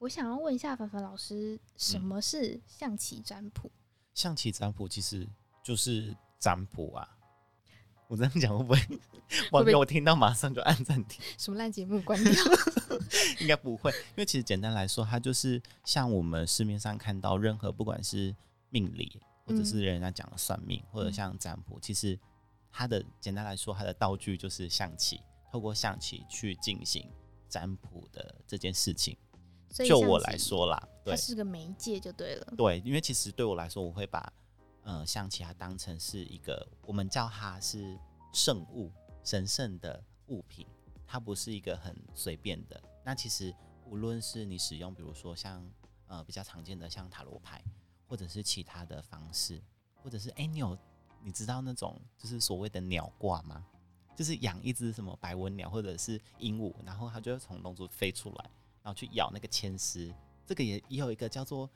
我想要问一下凡凡老师，什嗯么是象棋占卜？ 象棋占卜其实就是占卜啊。我这样讲会不会网友听到马上就按暂停？什么烂节目 关掉？应该不会，因为其实简单来说，它就是像我们市面上看到任何不管是命理，或者是人家讲的算命，或者像占卜，其实它的简单来说，它的道具就是象棋，透过象棋去进行占卜的这件事情。所以就象我棋来，说啦，对它，是个媒介就对了。对，因为其实对我来说，我会把呃象棋它当成是一个，我们叫它是圣物、神圣的物品，它不是一个很随便的。那其实无论是你使用，比如说像呃比较常见的像塔罗牌，或者是其他的方式，或者是哎、你有你知道那种就是所谓的鸟卦吗？就是养一只什么白文鸟或者是鹦鹉，然后它就会从笼子飞出来，然后去咬那个铅丝。这个也也有一个叫做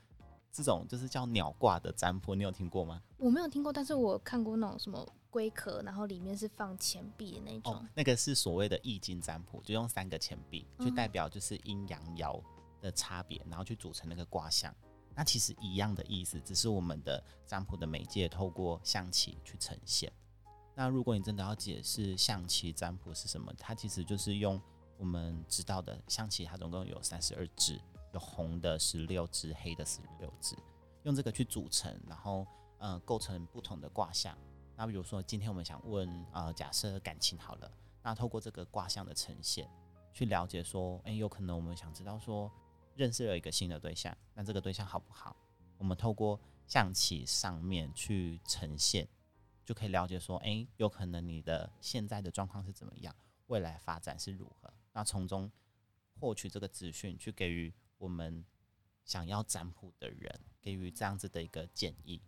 这种就是叫鸟卦的占卜，你有听过吗？我没有听过，但是我看过那种什么龟壳，然后里面是放钱币的那种。哦，那个是所谓的易经占卜，就用三个钱币去代表就是阴阳爻的差别，然后去组成那个卦象。那其实一样的意思，只是我们的占卜的媒介透过象棋去呈现。那如果你真的要解释象棋占卜是什么，它其实就是用我们知道的象棋，它总共有三十二只，有红的十六只，黑的十六只，用这个去组成，然后呃构成不同的卦象。那比如说，今天我们想问，呃，假设感情好了，那透过这个卦象的呈现，去了解说，诶，有可能我们想知道说，认识了一个新的对象，那这个对象好不好？我们透过象棋上面去呈现，就可以了解说，诶，有可能你的现在的状况是怎么样，未来发展是如何？那从中获取这个资讯，去给予我们想要占卜的人给予这样子的一个建议。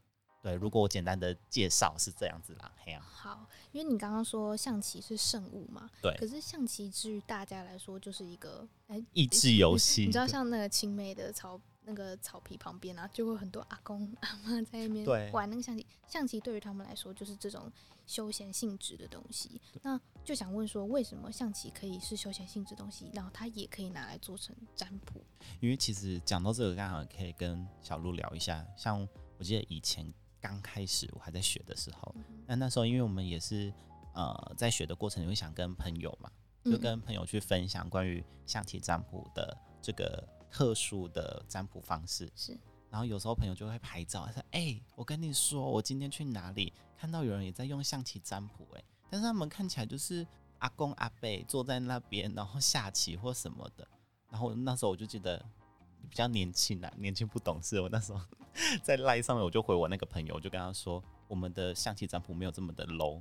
对，如果我简单的介绍是这样子啦，嘿呀、好，因为你刚刚说象棋是圣物嘛，对可是象棋之于大家来说，就是一个哎，益智游戏你知道像那个青梅的草那个草皮旁边啊，就会有很多阿公阿妈在那对边玩那个象棋。象棋对于他们来说，就是这种休闲性质的东西。那就想问说，为什么象棋可以是休闲性质的东西，然后它也可以拿来做成占卜？因为其实讲到这个，刚好可以跟小鹿聊一下。像我记得以前刚开始我还在学的时候，那那时候因为我们也是呃在学的过程，你会想跟朋友嘛，嗯就跟朋友去分享关于象棋占卜的这个特殊的占卜方式。是，然后有时候朋友就会拍照，他说：“哎、我跟你说，我今天去哪里看到有人也在用象棋占卜、哎，但是他们看起来就是阿公阿伯坐在那边，然后下棋或什么的。”然后那时候我就觉得比较年轻啊，年轻不懂事。我那时候 在赖上面，我就回我那个朋友，我就跟他说，我们的象棋占卜没有这么的 low。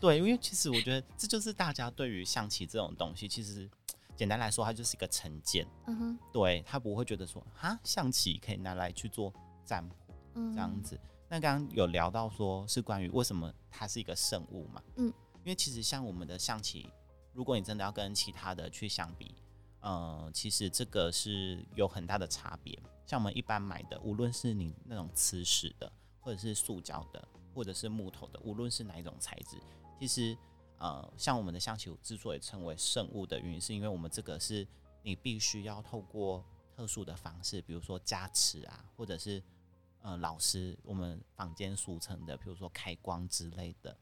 对，因为其实我觉得这就是大家对于象棋这种东西，其实简单来说，它就是一个成见。嗯哼，对他不会觉得说哈象棋可以拿来去做占卜嗯，这样，子。那刚刚有聊到说是关于为什么它是一个圣物嘛？嗯，因为其实像我们的象棋，如果你真的要跟其他的去相比，呃，其实这个是有很大的差别。像我们一般买的，无论是你那种磁石的，或者是塑胶的，或者是木头的，无论是哪一种材质，其实呃，像我们的象棋之所以称为圣物的原因，是因为我们这个是你必须要透过特殊的方式，比如说加持啊，或者是呃老师我们坊间俗称的，比如说开光之类的，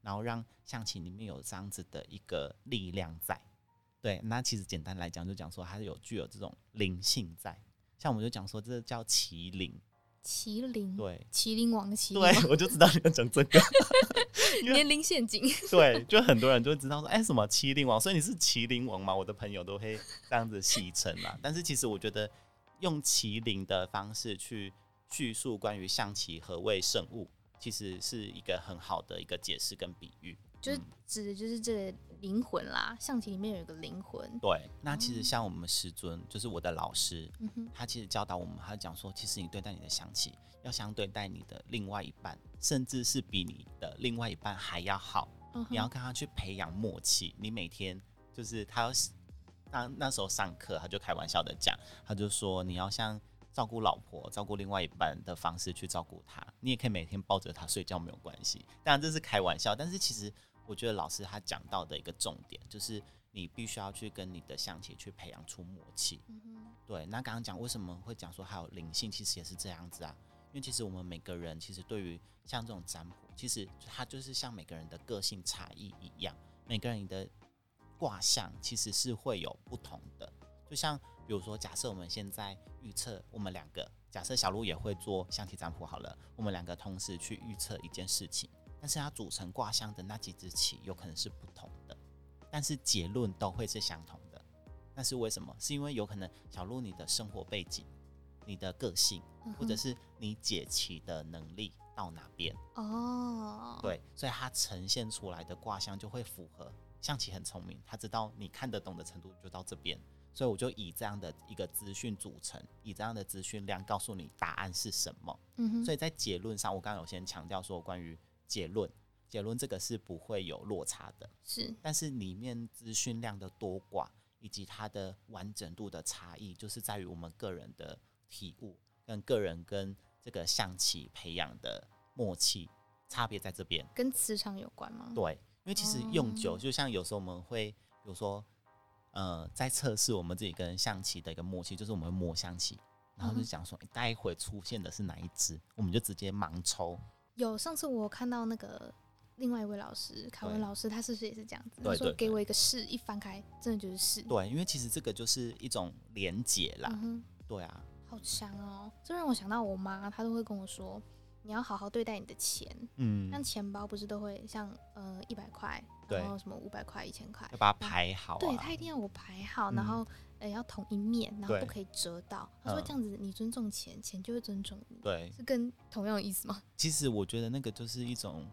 然后让象棋里面有这样子的一个力量在。对，那其实简单来讲，就讲说它是有具有这种灵性在。像我们就讲说，这叫麒麟。麒麟，对，麒麟王的麒麟对吗，，我就知道你要讲这个。年龄陷阱， 对，就很多人就会知道说，哎、什么麒麟王？所以你是麒麟王吗？我的朋友都会这样子戏称啦。 但是其实我觉得，用麒麟的方式去叙述关于象棋何谓圣物，其实是一个很好的一个解释跟比喻。就是嗯指的就是这个灵魂啦。象棋里面有一个灵魂，对，那其实像我们师尊，就是我的老师，哦嗯哼，他其实教导我们，他就讲说，其实你对待你的象棋，要相对待你的另外一半，甚至是比你的另外一半还要好。嗯哼你要跟他去培养默契。你每天就是他要那那时候上课，他就开玩笑的讲，他就说你要像照顾老婆、照顾另外一半的方式去照顾他。你也可以每天抱着他睡觉没有关系，当然这是开玩笑。但是其实我觉得老师他讲到的一个重点就是。你必须要去跟你的象棋去培养出默契。嗯哼，对，那刚刚讲为什么会讲说还有灵性，其实也是这样子啊。因为其实我们每个人其实对于像这种占卜，其实它就是像每个人的个性差异一样，每个人的卦象其实是会有不同的。就像比如说，假设我们现在预测我们两个，假设小鹿也会做象棋占卜好了，我们两个同时去预测一件事情，但是它组成卦象的那几只棋有可能是不同的，但是结论都会是相同的。那是为什么？是因为有可能小鹿你的生活背景、你的个性，嗯或者哼是你解棋的能力到哪边，哦，，对，所以它呈现出来的卦象就会符合。象棋很聪明，他知道你看得懂的程度就到这边，所以我就以这样的一个资讯组成，以这样的资讯量告诉你答案是什么。嗯哼，所以在结论上，我刚刚有先强调说关于结论，结论这个是不会有落差的。是，但是里面资讯量的多寡以及它的完整度的差异，就是在于我们个人的体悟跟个人跟这个象棋培养的默契差别在这边。跟磁场有关吗？，对，因为其实用久，哦就像有时候我们会，比如说，呃，在测试我们自己跟象棋的一个默契，就是我们会摸象棋。然后就嗯哼讲说，诶哎待会出现的是哪一只，我们就直接盲抽。有上次我看到那个另外一位老师凯文对老师，他是不是也是这样子？对他说对给对我一个试，一翻开真的就是试，对，因为其实这个就是一种连结啦。嗯哼，对啊，好强哦！这让我想到我妈，她都会跟我说，你要好好对待你的钱。嗯，像钱包不是都会像呃一百块，对然后什么五百块、一千块要，把它排好、啊。嗯对她一定要我排好，然嗯后呃要同一面，然后对不可以折到。她说嗯这样子你尊重钱，钱就会尊重你，对，是跟同样的意思吗？其实我觉得那个就是一种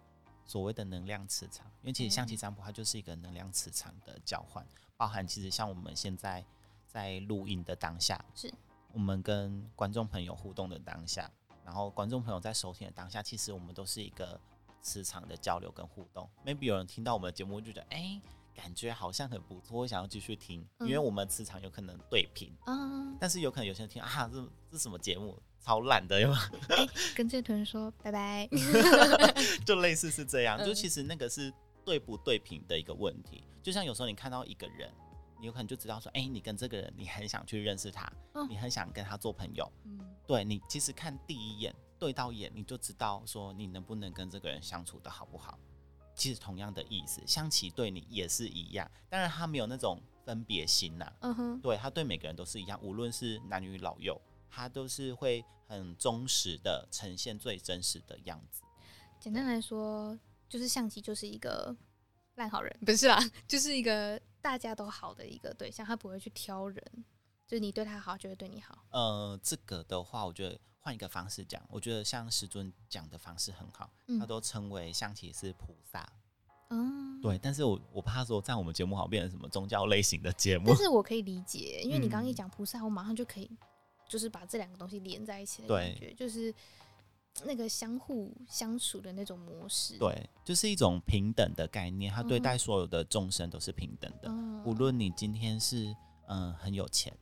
所谓的能量磁场，因为其实象棋嗯占卜它就是一个能量磁场的交换，包含其实像我们现在在录音的当下，是我们跟观众朋友互动的当下，然后观众朋友在收听的当下，其实我们都是一个磁场的交流跟互动。maybe 有人听到我们的节目就觉得，哎、感觉好像很不错，想要继续听，因为嗯我们磁场有可能对平，啊，但是有可能有些人听啊，这这什么节目，超烂的，有没有跟这个同学说拜拜。就类似是这样，就嗯其实那个是对不对平的一个问题。就像有时候你看到一个人，你有可能就知道说，哎、你跟这个人，你很想去认识他，嗯你很想跟他做朋友。嗯，对你其实看第一眼对到眼，你就知道说你能不能跟这个人相处的好不好。其实同样的意思，象棋对你也是一样，当然他没有那种分别心呐、嗯哼，对他对每个人都是一样，无论是男女老幼，他都是会很忠实的呈现最真实的样子。简单来说，就是象棋就是一个烂好人，不 是啦，就是一个大家都好的一个对象，他不会去挑人，就是你对他好，就会对你好。呃，这个的话，我觉得换一个方式讲，我觉得像师尊讲的方式很好，嗯他都称为象棋是菩萨。嗯，对，但是我我怕说在我们节目好像变成什么宗教类型的节目但。是我可以理解，因为你刚刚一嗯讲菩萨，我马上就可以就是把这两个东西连在一起的对感觉，就是那个相互相处的那种模式。，对，就是一种平等的概念，他嗯对哼待所有的众生都是平等的，嗯无论你今天是嗯、呃很有钱，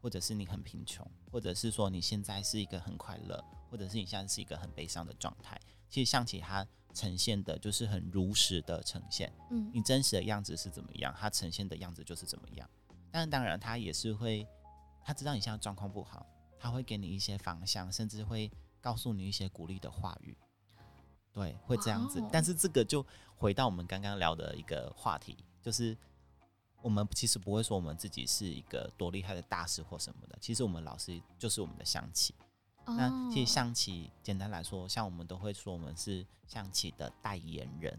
或者是你很贫穷，或者是说你现在是一个很快乐，或者是你现在是一个很悲伤的状态，其实象棋它呈现的就是很如实的呈现。嗯你真实的样子是怎么样，它呈现的样子就是怎么样。但当然，他也是会，他知道你现在状况不好，他会给你一些方向，甚至会告诉你一些鼓励的话语。对，会这样子。哇哦但是这个就回到我们刚刚聊的一个话题，就是我们其实不会说我们自己是一个多厉害的大师或什么的，其实我们老师就是我们的象棋。那其实哦象棋，简单来说，像我们都会说我们是象棋的代言人，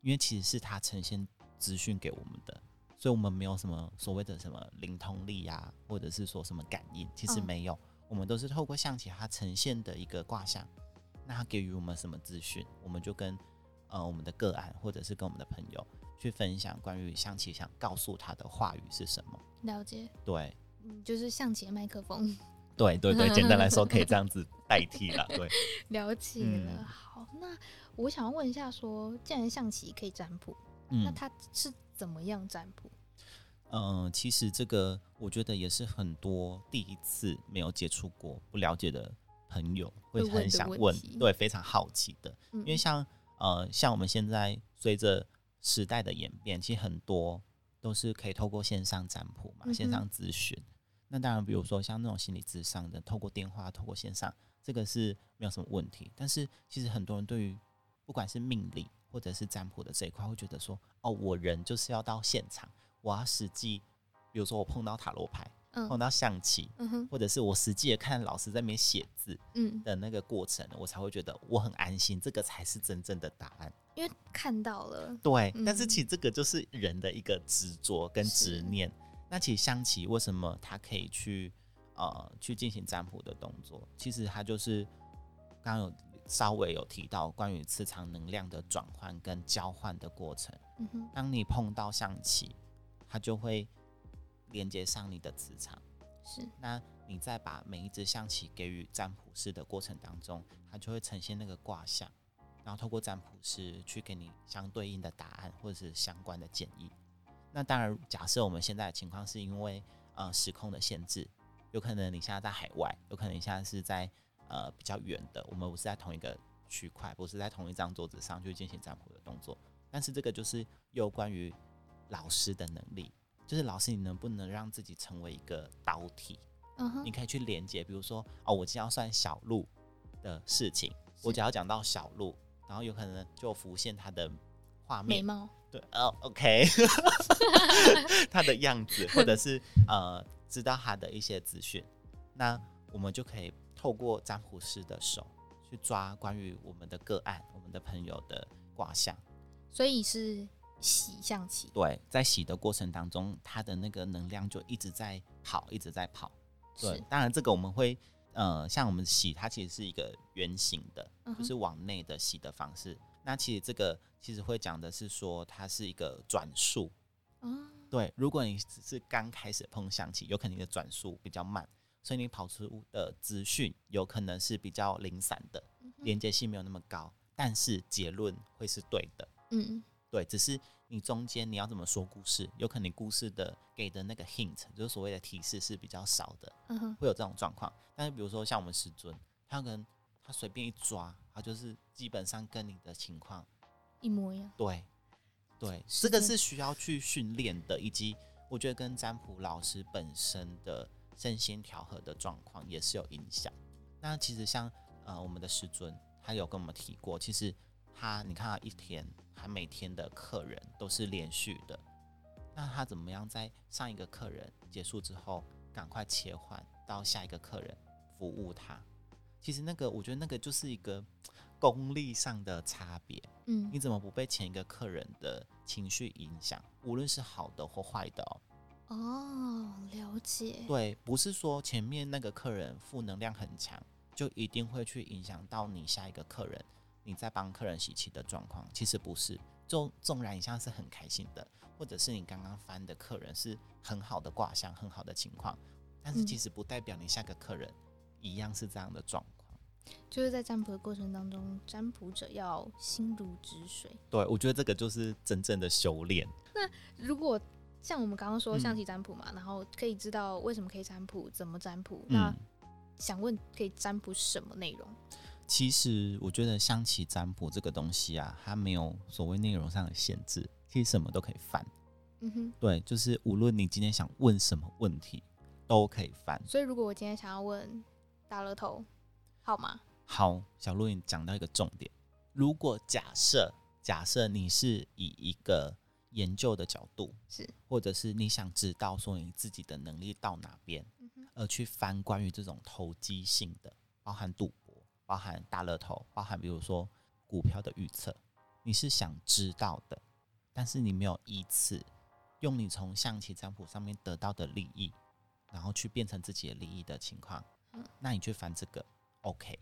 因为其实是他呈现资讯给我们的，所以我们没有什么所谓的什么灵通力啊，或者是说什么感应，其实嗯没有，我们都是透过象棋它呈现的一个卦象，那它给予我们什么资讯，我们就跟呃我们的个案或者是跟我们的朋友去分享关于象棋想告诉他的话语是什么。了解，对，嗯，就是象棋的麦克风 对对对，简单来说可以这样子代替了，对。了解了。嗯好，那我想要问一下说既然象棋可以占卜，嗯那它是怎么样占卜？嗯，其实这个我觉得也是很多第一次没有接触过、不了解的朋友会会问很的想问问题，对，非常好奇的。嗯因为像呃，像我们现在随着时代的演变，其实很多都是可以透过线上占卜嗯嘛，哼线上咨询。那当然，比如说像那种心理咨商的，透过电话、透过线上，这个是没有什么问题。但是其实很多人对于不管是命理或者是占卜的这一块，会觉得说，哦，我人就是要到现场，我要实际，比如说我碰到塔罗牌，碰嗯到象棋，嗯哼或者是我实际的看老师在那边写字嗯，的那个过程，我才会觉得我很安心，这个才是真正的答案。因为看到了，对，嗯但是其实这个就是人的一个执着跟执念。那其实象棋为什么它可以去呃去进行占卜的动作？其实它就是刚刚有稍微有提到关于磁场能量的转换跟交换的过程。嗯哼，当你碰到象棋，它就会连接上你的磁场。是那你再把每一只象棋给予占卜师的过程当中，它就会呈现那个卦象，然后透过占卜师去给你相对应的答案或者是相关的建议。那当然，假设我们现在的情况是因为呃时空的限制，有可能你现在在海外，有可能你现在是在呃比较远的，我们不是在同一个区块，不是在同一张桌子上去进行占卜的动作。但是这个就是有关于老师的能力，就是老师你能不能让自己成为一个导体，嗯你哼，可以去连接，比如说哦，我今天要算小鹿的事情，我是只要讲到小鹿，然后有可能就浮现它的画美面，貌，对，哦，OK，它的样子，或者是呃，知道它的一些资讯，那我们就可以透过占卜师的手去抓关于我们的个案、我们的朋友的卦象。所以是喜象棋，对，在洗的过程当中，它的那个能量就一直在跑，一直在跑。对是，，当然这个我们会，呃，像我们洗它其实是一个圆形的，嗯就哼是往内的洗的方式。那其实这个其实会讲的是说，它是一个转速。哦，对，如果你只是刚开始碰象棋，有可能你的转速比较慢，所以你跑出的资讯有可能是比较零散的，嗯哼连接性没有那么高，但是结论会是对的。嗯，对，只是你中间你要怎么说故事，有可能你故事的给的那个 hint，就是所谓的提示是比较少的，嗯哼，会有这种状况。但是比如说像我们师尊，他可能他随便一抓，他就是基本上跟你的情况，一模一样，对对，是这个的是需要去训练的，以及我觉得跟占卜老师本身的身心调和的状况也是有影响。那其实像呃我们的师尊，他有跟我们提过，其实他你看他一天，他每天的客人都是连续的，那他怎么样在上一个客人结束之后，赶快切换到下一个客人服务他？其实那个我觉得那个就是一个功力上的差别。嗯你怎么不被前一个客人的情绪影响？无论是好的或坏的哦。哦，了解，对，不是说前面那个客人负能量很强，就一定会去影响到你下一个客人。你在帮客人洗气的状况，其实不是。纵纵然你像是很开心的，或者是你刚刚翻的客人是很好的卦象、很好的情况，但是嗯其实不代表你下个客人一样是这样的状况。就是在占卜的过程当中，占卜者要心如止水。对，我觉得这个就是真正的修炼。如果像我们刚刚说嗯象棋占卜嘛，然后可以知道为什么可以占卜，怎么占卜。嗯那想问可以占卜什么内容？其实我觉得象棋占卜这个东西啊，它没有所谓内容上的限制，其实什么都可以翻。嗯哼，对，就是无论你今天想问什么问题，都可以翻。所以如果我今天想要问大乐透号码，好，小鹿，你讲到一个重点，如果假设假设你是以一个研究的角度，是或者是你想知道说你自己的能力到哪边，嗯哼，而去翻关于这种投机性的，包含赌博、包含大乐透、包含比如说股票的预测，你是想知道的，但是你没有依次用你从象棋占卜上面得到的利益，然后去变成自己的利益的情况，嗯那你去翻这个，OK，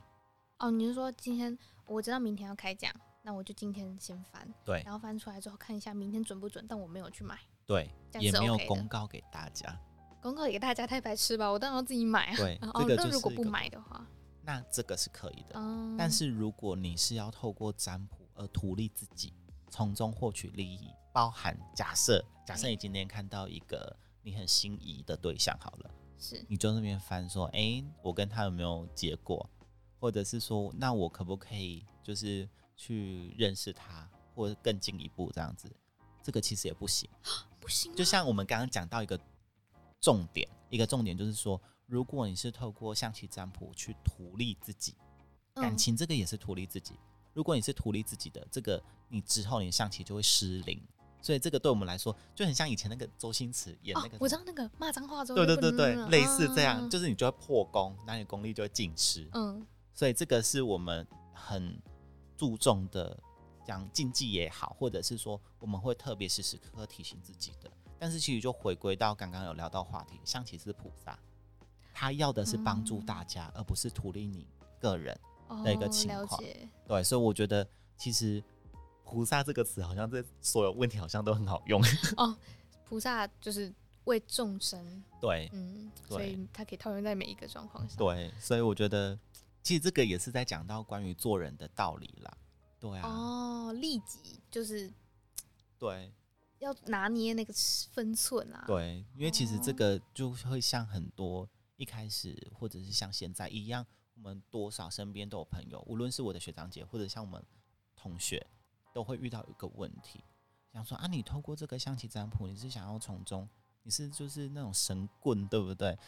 哦，你是说今天我知道明天要开奖，那我就今天先翻，对然后翻出来之后看一下明天准不准，但我没有去买，对，这样也是没有 OK 的公告给大家， 公告也给大家太白痴吧，我当然要自己买啊。对， 哦这，个那就是如果一不个买的话，那这个是可以的，嗯，但是如果你是要透过占卜而图利自己，从中获取利益，包含假设，假设嗯你今天看到一个你很心仪的对象，好了，是你就那边翻说，哎、我跟他有没有结果，或者是说，那我可不可以就是去认识他，或者更进一步这样子，这个其实也不行。不行吗，就像我们刚刚讲到一个重点，一个重点就是说，如果你是透过象棋占卜去图利自己，感嗯情这个也是图利自己。如果你是图利自己的，这个你之后你的象棋就会失灵，所以这个对我们来说就很像以前那个周星驰演那哦个、，我知道那个骂脏话之后对就对不对能对，了类似这样，啊就是你就会破功，那你的功力就会尽失。嗯所以这个是我们很注重的，讲竞技也好，或者是说我们会特别时时刻刻提醒自己的。但是其实就回归到刚刚有聊到话题，象棋是菩萨，他要的是帮嗯助大家，而不是图利你个人。哦，的一个情了况解，对，所以我觉得其实“菩萨”这个词好像在所有问题好像都很好用。 菩萨就是为众生，对嗯，所对以它可以套用在每一个状况上。对，所以我觉得其实这个也是在讲到关于做人的道理啦。对啊，哦，利己就是对，要拿捏那个分寸啊。，对，因为其实这哦个就会像很多一开始或者是像现在一样，我们多少身边都有朋友，无论是我的学长姐或者像我们同学，都会遇到一个问题，想说啊，你透过这个象棋占卜，你是想要从中，你是就是那种神棍，对不对？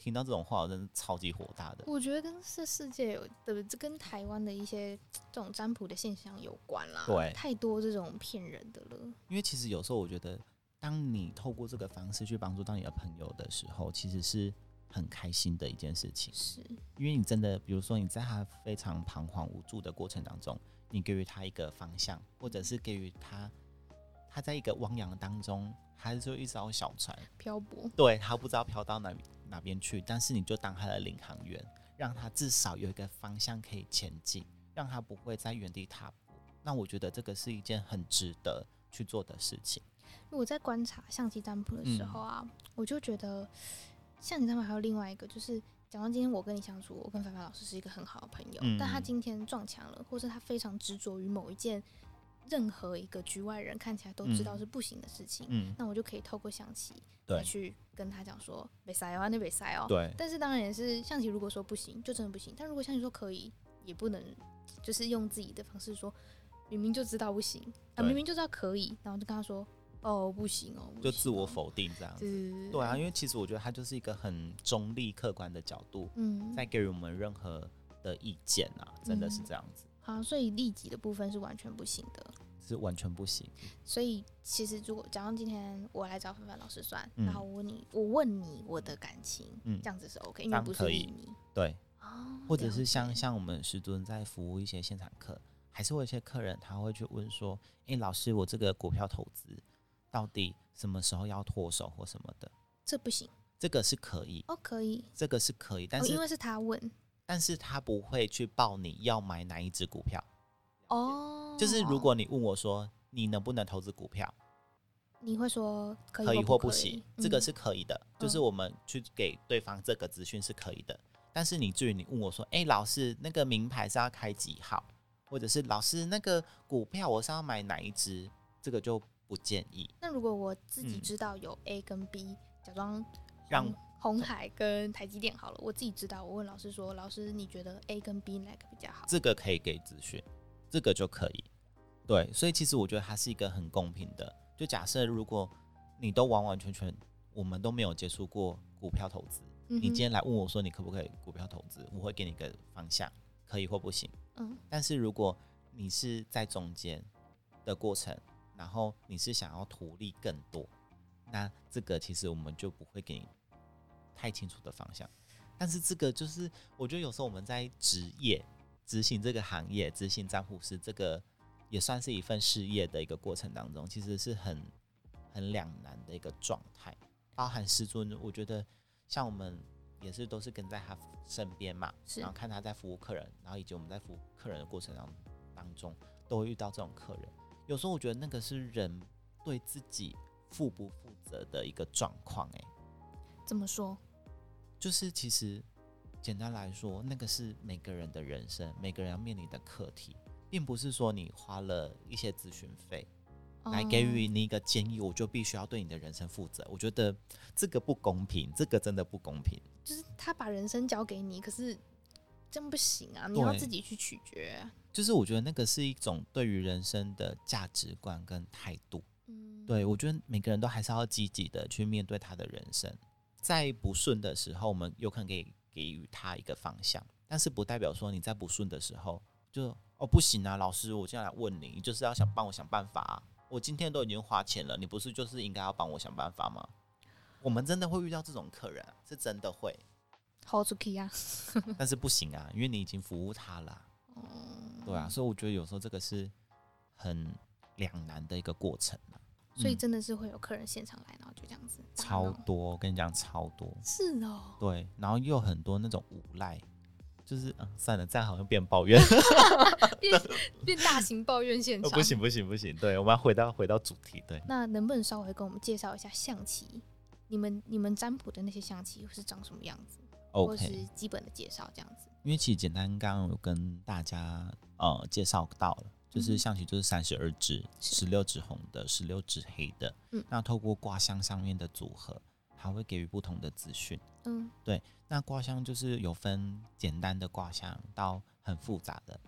听到这种话，我真的超级火大的。我觉得跟这世界有的这跟台湾的一些这种占卜的现象有关啦。对太多这种骗人的了。因为其实有时候我觉得，当你透过这个方式去帮助到你的朋友的时候，其实是很开心的一件事情。是，因为你真的，比如说你在他非常彷徨无助的过程当中，你给予他一个方向，或者是给予他，他在一个汪洋当中，他就一艘小船，漂泊。对他不知道飘到哪哪边去，但是你就当他的领航员，让他至少有一个方向可以前进，让他不会在原地踏步。那我觉得这个是一件很值得去做的事情。我在观察象棋占卜的时嗯候啊，我就觉得象棋占卜还有另外一个，就是讲到今天我跟你相处，我跟凡凡老师是一个很好的朋友，嗯但他今天撞墙了，或是他非常执着于某一件，任何一个局外人看起来都知道嗯是不行的事情，嗯，那我就可以透过象棋对来去跟他讲说，北塞哦，啊那北塞哦。对但是当然也是象棋，如果说不行，就真的不行；但如果象棋说可以，也不能就是用自己的方式说，明明就知道不行啊、对明明就知道可以，然后就跟他说，哦，不行哦，不行就自我哦，否定这样子。对对对对啊，，因为其实我觉得他就是一个很中立客观的角度，嗯，再给予我们任何的意见啊，真的是嗯这样子，好，所以利己的部分是完全不行的。是完全不行。所以其实如果假如今天我来找凡凡老师算，嗯然后我问你，我问你我的感情，嗯这样子是 OK，因这为样不是可以利你对，哦，或者了是像解像我们师尊在服务一些现场课，还是会有一些客人他会去问说，诶，老师，我这个股票投资到底什么时候要脱手或什么的？这不行这个是可以，哦，可以，这个是可以，但哦，是、因为是他问但是他不会去报你要买哪一只股票。哦，就是如果你问我说你能不能投资股票，你会说可以可以或不不可行以，这个嗯是可以的，就是嗯我们去给对方这个资讯是可以的。但是你至于你问我说，哎、老师，那个名牌是要开几号，或者是老师那个股票我是要买哪一只，这个就不建议。那如果我自己嗯知道有 A 跟 B，、假装让红红海跟台积电好了，我自己知道，我问老师说，老师你觉得 A 跟 B 哪个比较好？这个可以给资讯，这个就可以。对，所以其实我觉得它是一个很公平的。就假设如果你都完完全全，我们都没有接触过股票投资，你你今天来问我说你可不可以股票投资，我会给你一个方向，可以或不行。嗯但是如果你是在中间的过程，然后你是想要图利更多，那这个其实我们就不会给你太清楚的方向。但是这个就是，我觉得有时候我们在职业执行这个行业，执行占卜师这个也算是一份事业的一个过程当中，其实是很很两难的一个状态。包含师尊，我觉得像我们也是都是跟在他身边嘛，是然后看他在服务客人，然后以及我们在服务客人的过程当当中，都会遇到这种客人。有时候我觉得那个是人对自己负不负责的一个状况，哎，怎么说？就是其实简单来说，那个是每个人的人生，每个人要面临的课题，并不是说你花了一些咨询费来给予嗯你一个建议，我就必须要对你的人生负责。我觉得这个不公平，这个真的不公平。就是他把人生交给你，可是这样不行啊，你要对自己去取决啊、就是我觉得那个是一种对于人生的价值观跟态度，嗯，对我觉得每个人都还是要积极的去面对他的人生，在不顺的时候，我们有可能给给予他一个方向，但是不代表说你在不顺的时候就哦不行啊，老师，我现在来问你，你就是要想帮我想办法、啊。我今天都已经花钱了，你不是就是应该要帮我想办法吗？我们真的会遇到这种客人、啊，是真 的会， ，hold 住 key 啊，但是不行啊，因为你已经服务他了啊、哦，对啊，所以我觉得有时候这个是很两难的一个过程啊、所以嗯真的是会有客人现场来，然后就这样子打超闹多，我跟你讲超多，是哦，对，然后又有很多那种无赖，就是、嗯、算了，这样好像变抱 怨，变变大型抱怨 现呃场，不行不行不行，对，我们要回到回到主题，对，那能不能稍微跟我们介绍一下象棋？你们你们占卜的那些象棋是长什么样子或者 OK，是基本的介绍这样子？因为其实简单刚刚有跟大家呃介绍到了，就嗯是象棋就是三十二只，是十六只红的，十六只黑的，嗯那透过卦象上面的组合，它会给予不同的资讯。嗯，那卦象就是有分简单的卦象到很复杂的，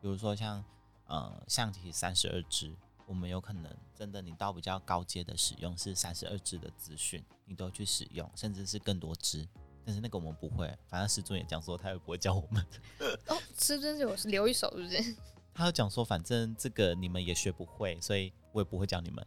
比如说像呃象棋三十二只，我们有可能真的你到比较高阶的使用是三十二只的资讯，你都去使用，甚至是更多只。但是那个我们不会，反正师尊也讲说他也不会教我们， 哦，是不是有留一手？是不是？他有讲说反正这个你们也学不会，所以我也不会教你们。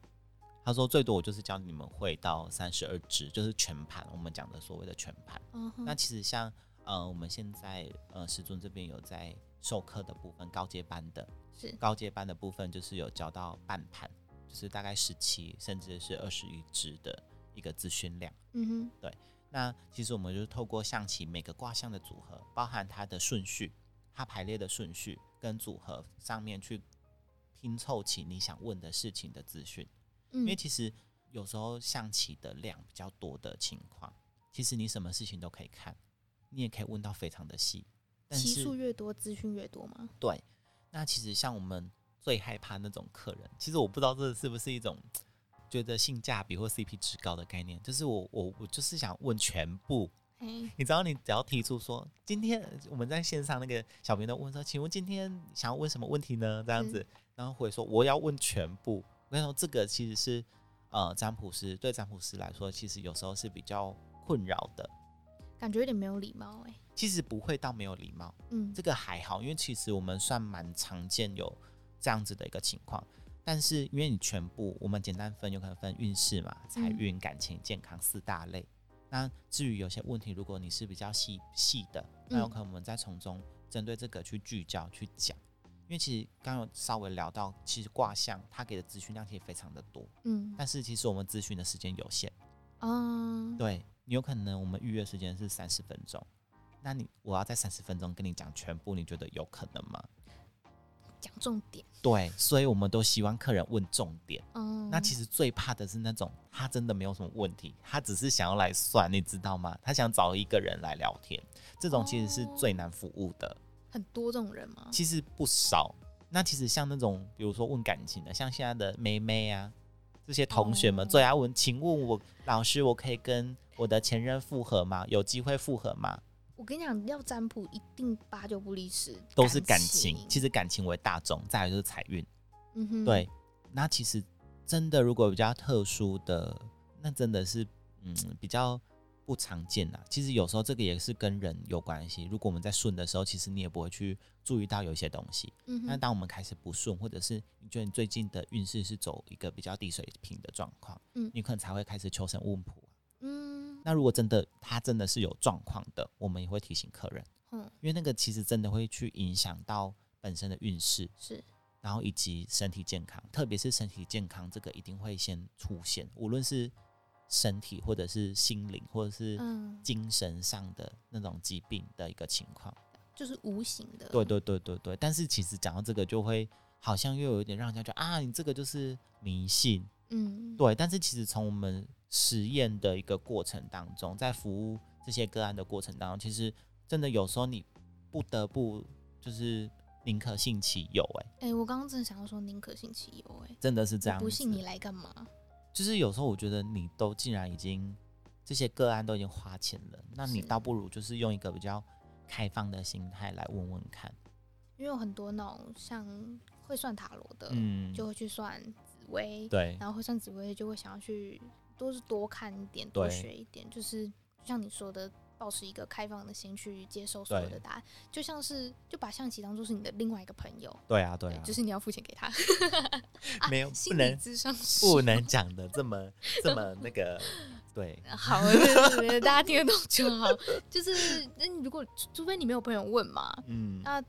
他说最多我就是教你们会到三十二只，就是全盘，我们讲的所谓的全盘。 嗯哼那其实像呃，我们现在呃，师尊这边有在授课的部分，高阶班的是高阶班的部分，就是有教到半盘，就是大概十七甚至是二十一支的一个资讯量。嗯哼，那其实我们就是透过象棋每个卦象的组合，包含它的顺序、它排列的顺序跟组合上面去拼凑起你想问的事情的资讯。因为嗯其实有时候象棋的量比较多的情况，其实你什么事情都可以看，你也可以问到非常的细。但棋数是越多，资讯越多嘛。对，那其实像我们最害怕那种客人，其实我不知道这是不是一种觉得性价比或 CP 值高的概念，就是我我我就是想问全部。哎，你知道，你只要提出说，今天我们在线上那个小编都问说，请问今天想要问什么问题呢？这样子，然后回说我要问全部。我跟你说，这个其实是呃，占卜师对占卜师来说，其实有时候是比较困扰的。感觉有点没有礼貌哎。其实不会到没有礼貌，嗯这个还好，因为其实我们算蛮常见有这样子的一个情况。但是因为你全部，我们简单分有可能分运势嘛、财运、嗯感情、健康四大类。那至于有些问题，如果你是比较细细的，那有可能我们再从中针对这个去聚焦去讲。因为其实刚刚有稍微聊到，其实卦象它给的资讯量其实非常的多，嗯但是其实我们咨询的时间有限。啊，对，你有可能我们预约时间是三十分钟，那你我要在三十分钟跟你讲全部，你觉得有可能吗？讲重点。对，所以我们都希望客人问重点。嗯，那其实实最怕的是那种他真的没有什么问题，他只是想要来算，你知道吗？他想找一个人来聊天，这种其实是哦最难服务的，很多这种人嘛。其实不少。那其实像那种，比如说问感情的，像现在的妹妹啊，这些同学们哦最爱问，请问我老师，我可以跟我的前任复合吗？有机会复合吗？我跟你讲，要占卜一定八九不离十，都是感情，其实感情为大众，再来就是财运。嗯哼，对，那其实真的如果比较特殊的，那真的是嗯比较不常见啦。其实有时候这个也是跟人有关系。如果我们在顺的时候，其实你也不会去注意到有一些东西。嗯那哼，当我们开始不顺，或者是你觉得你最近的运势是走一个比较低水平的状况，嗯你可能才会开始求神问卜。啊嗯那如果真的他真的是有状况的，我们也会提醒客人。哼，因为那个其实真的会去影响到本身的运势，是然后以及身体健康，特别是身体健康这个一定会先出现，无论是身体或者是心灵或者是嗯，精神上的那种疾病的一个情况。就是无形的，对对对对对，但是其实讲到这个就会。好像又有一点让人家觉得啊，你这个就是迷信，嗯，对。但是其实从我们实验的一个过程当中，在服务这些个案的过程当中，其实真的有时候你不得不就是宁可信其有、欸，哎，哎、我刚刚真的想要说宁可信其有、哎，真的是这我样子。不信你来干嘛？就是有时候我觉得你都既然已经这些个案都已经花钱了，那你是倒不如就是用一个比较开放的心态来问问看。因为有很多那种像会算塔罗的，嗯，就会去算紫微，对然后会算紫薇就会想要去多是多看一点，多对学一点，就是就像你说的，保持一个开放的心去接受所有对的答案，就像是就把象棋当做是你的另外一个朋友，哎对啊对啊，就是你要付钱给他， 啊没有不心理能智商是不能讲的 这么这么那个，对好，对对对，大家听得懂就好。就是那你如果除非你没有朋友问嘛，嗯，那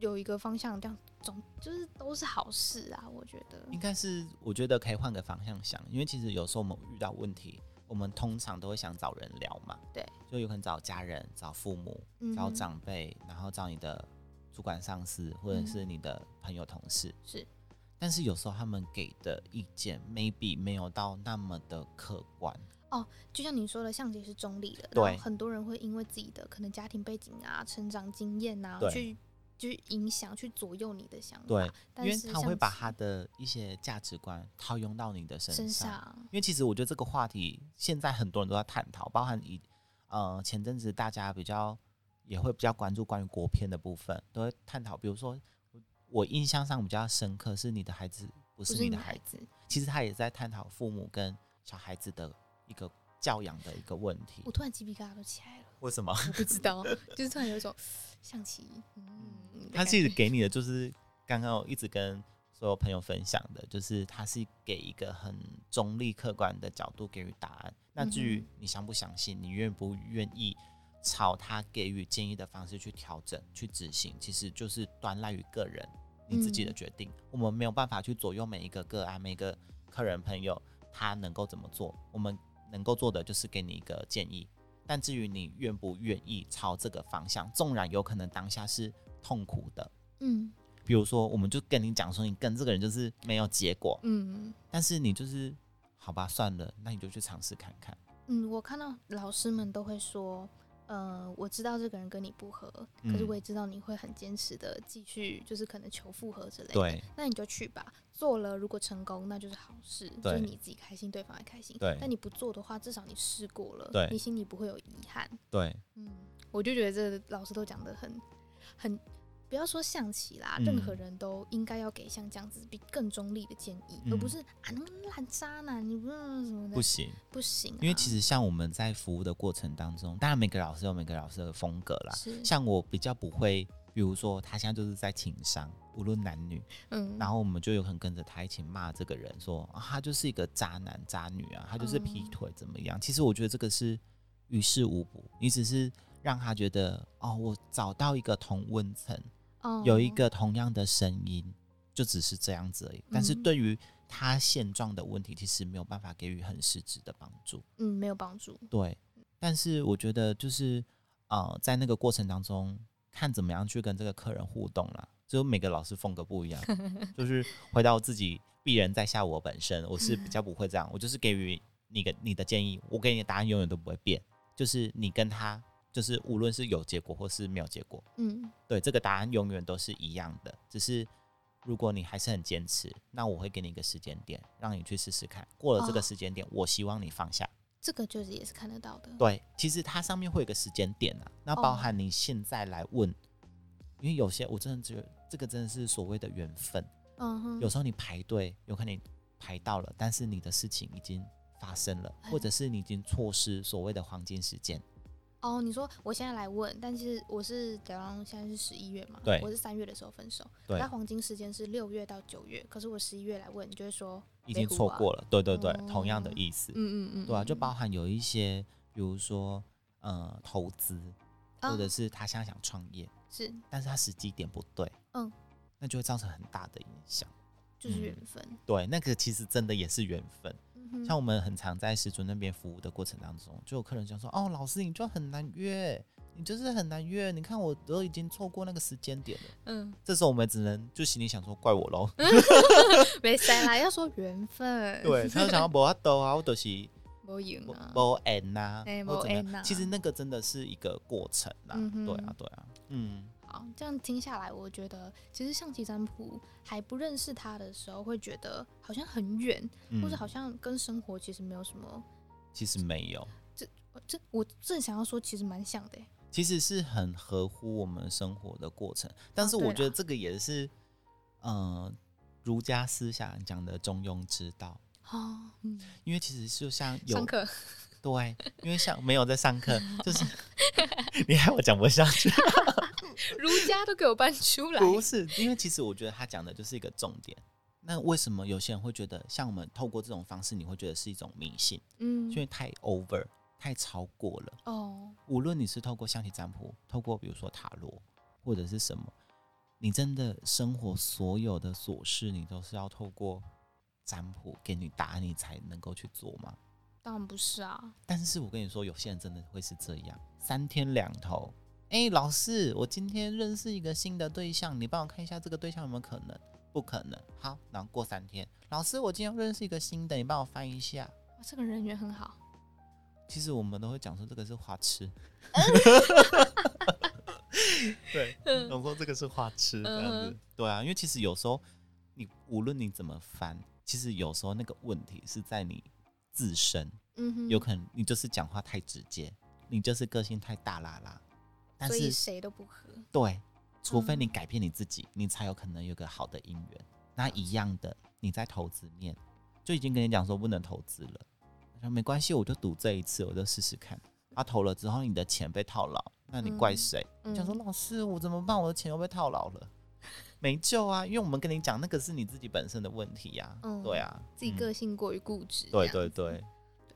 有一个方向，这样总就是都是好事啊，我觉得。应该是我觉得可以换个方向想，因为其实有时候我们遇到问题，我们通常都会想找人聊嘛，对，就有可能找家人、找父母、嗯找长辈，然后找你的主管、上司，或者是你的朋友、同事。嗯是，但是有时候他们给的意见 maybe 没有到那么的客观，就像你说的，象棋是中立的，对然后很多人会因为自己的可能家庭背景啊、成长经验啊，对去去影响、去左右你的想法。对，因但为是他象会把棋他的一些价值观套用到你的身身上。上，因为其实我觉得这个话题现在很多人都在探讨，包含以呃前阵子大家比较也会比较关注关于国片的部分，都会探讨。比如说我我印象上比较深刻是你的孩子不不是是你你的的孩孩子，子。其实他也在探讨父母跟小孩子的一个教养的一个问题我。突然鸡皮疙瘩都起来了，为什么？我不知道， 就是突然有一种象棋，嗯，他是其实给你的就是刚刚我一直跟所有朋友分享的，就是他是给一个很中立客观的角度给予答案。那至于嗯你相不相信，你愿不愿意朝他给予建议的方式去调整、去执行，其实就是端赖于个人你自己的嗯决定。我们没有办法去左右每一个个案、每一个客人朋友他能够怎么做，我们能够做的就是给你一个建议。但至于你愿不愿意朝这个方向，纵然有可能当下是痛苦的，嗯比如说我们就跟你讲说你跟这个人就是没有结果，嗯。但是你就是好吧算了，那你就去尝试看看。嗯，我看到老师们都会说，呃，我知道这个人跟你不合，可是嗯我也知道你会很坚持的继续，就是可能求复合之类的。对那你就去吧，做了如果成功，那就是好事，就是对你自己开心，对方也开心。对但你不做的话，至少你试过了，对你心里不会有遗憾。对，嗯，我就觉得这老师都讲的很很。不要说象棋啦，任何嗯人都应该要给像这样子比更中立的建议，而不嗯是啊那么烂渣男，你不什么的，不行，不行啊、因为其实像我们在服务的过程当中，当然每个老师有每个老师的风格啦。是像我比较不会，比如说他现在就是在情商，无论男女，嗯，然后我们就有可能跟着他一起骂这个人说，啊他就是一个渣男渣女啊，他就是劈嗯腿怎么样？其实我觉得这个是于事无补，你只是让他觉得哦，我找到一个同温层，哦有一个同样的声音，就只是这样子而已。但是嗯对于他现状的问题，其实没有办法给予很实质的帮助。嗯没有帮助，对，但是我觉得就是呃，在那个过程当中，看怎么样去跟这个客人互动啦。就每个老师风格不一样，就是回到自己鄙人在下我本身，我是比较不会这样，我就是给予你个你的建议，我给你的答案永远都不会变，就是你跟他就是无论是有结果或是没有结果，嗯对这个答案永远都是一样的，只是。如果你还是很坚持，那我会给你一个时间点，让你去试试看。过了这个哦时间点，我希望你放下。这个就是也是看得到的，对，其实它上面会有个时间点啊，那包哦含你现在来问，因为有些我真的觉得这个真的是所谓的缘分，嗯哼，有时候你排队，有可能你排到了，但是你的事情已经发生了，或哎者是你已经错失所谓的黄金时间。哦，你说我现在来问，但是我是假装现在是十一月嘛，对我是三月的时候分手，对那黄金时间是六月到九月，可是我十一月来问，你就会说，已没经胡错啊过了，对对对，同样的哦意思，嗯嗯嗯，对啊，就嗯包含有一些，比如说，呃，投资，啊或者是他现在想创业，是但是他时机点不对，嗯，那就会造成很大的影响。就是嗯缘分，对，那个其实真的也是缘分。嗯哼像我们很常在石尊那边服务的过程当中，就有客人讲说：“哦，老师你就很难约，你就是很难约，你看我都已经错过那个时间点了。嗯”，这时候我们只能就心里想说：“怪我 喽。没塞啦，要说缘分，”，对，他就想要不要斗啊，我都是没赢啊，不 end 呐哎，或怎么没缘啊样。其实那个真的是一个过程啦。嗯哼对啊，对啊，嗯，好，这样听下来，我觉得其实象棋占卜还不认识它的时候，会觉得好像很远，嗯或者好像跟生活其实没有什么。其实没有，呃这我正想要说，其实蛮像的欸。其实是很合乎我们生活的过程。但是对我觉得啦这个也是，嗯、儒家思想讲的中庸之道，哦，嗯，因为其实就像有上课 对，因为像没有在上课，就是你害我讲不下去。儒家都给我搬出 来，不是，因为其实我觉得他讲的就是一个重点。那为什么有些人会觉得，像我们透过这种方式，你会觉得是一种迷信？嗯因，为太 over，太超过了。哦，无论你是透过象棋占卜，透过比如说塔罗，或者是什么，你真的生活所有的琐事，你都是要透过占卜给你答案，你才能够去做吗？当然不是啊，但是我跟你说，有些人真的会是这样，三天两头。哎、老师，我今天认识一个新的对象，你帮我看一下这个对象有没有可能？不可能。好，然后过三天，老师，我今天认识一个新的，你帮我翻一下。哇这个人缘很好，其实我们都会讲说这个是花痴，对，我说这个是花痴这样嗯子，对啊，因为其实有时候你无论你怎么翻，其实有时候那个问题是在你自身，嗯哼，有可能你就是讲话太直接，你就是个性太大啦啦，但所以是谁都不合，对，除非你嗯改变你自己，你才有可能有个好的姻缘。那一样的，你在投资面就已经跟你讲说不能投资了，他说没关系，我就赌这一次，我就试试看。他、投了之后，你的钱被套牢，那你怪嗯谁？嗯，想说老师，我怎么办？我的钱又被套牢了，没救啊！因为我们跟你讲，那个是你自己本身的问题呀、嗯对啊，自己嗯个性过于固执，对对对，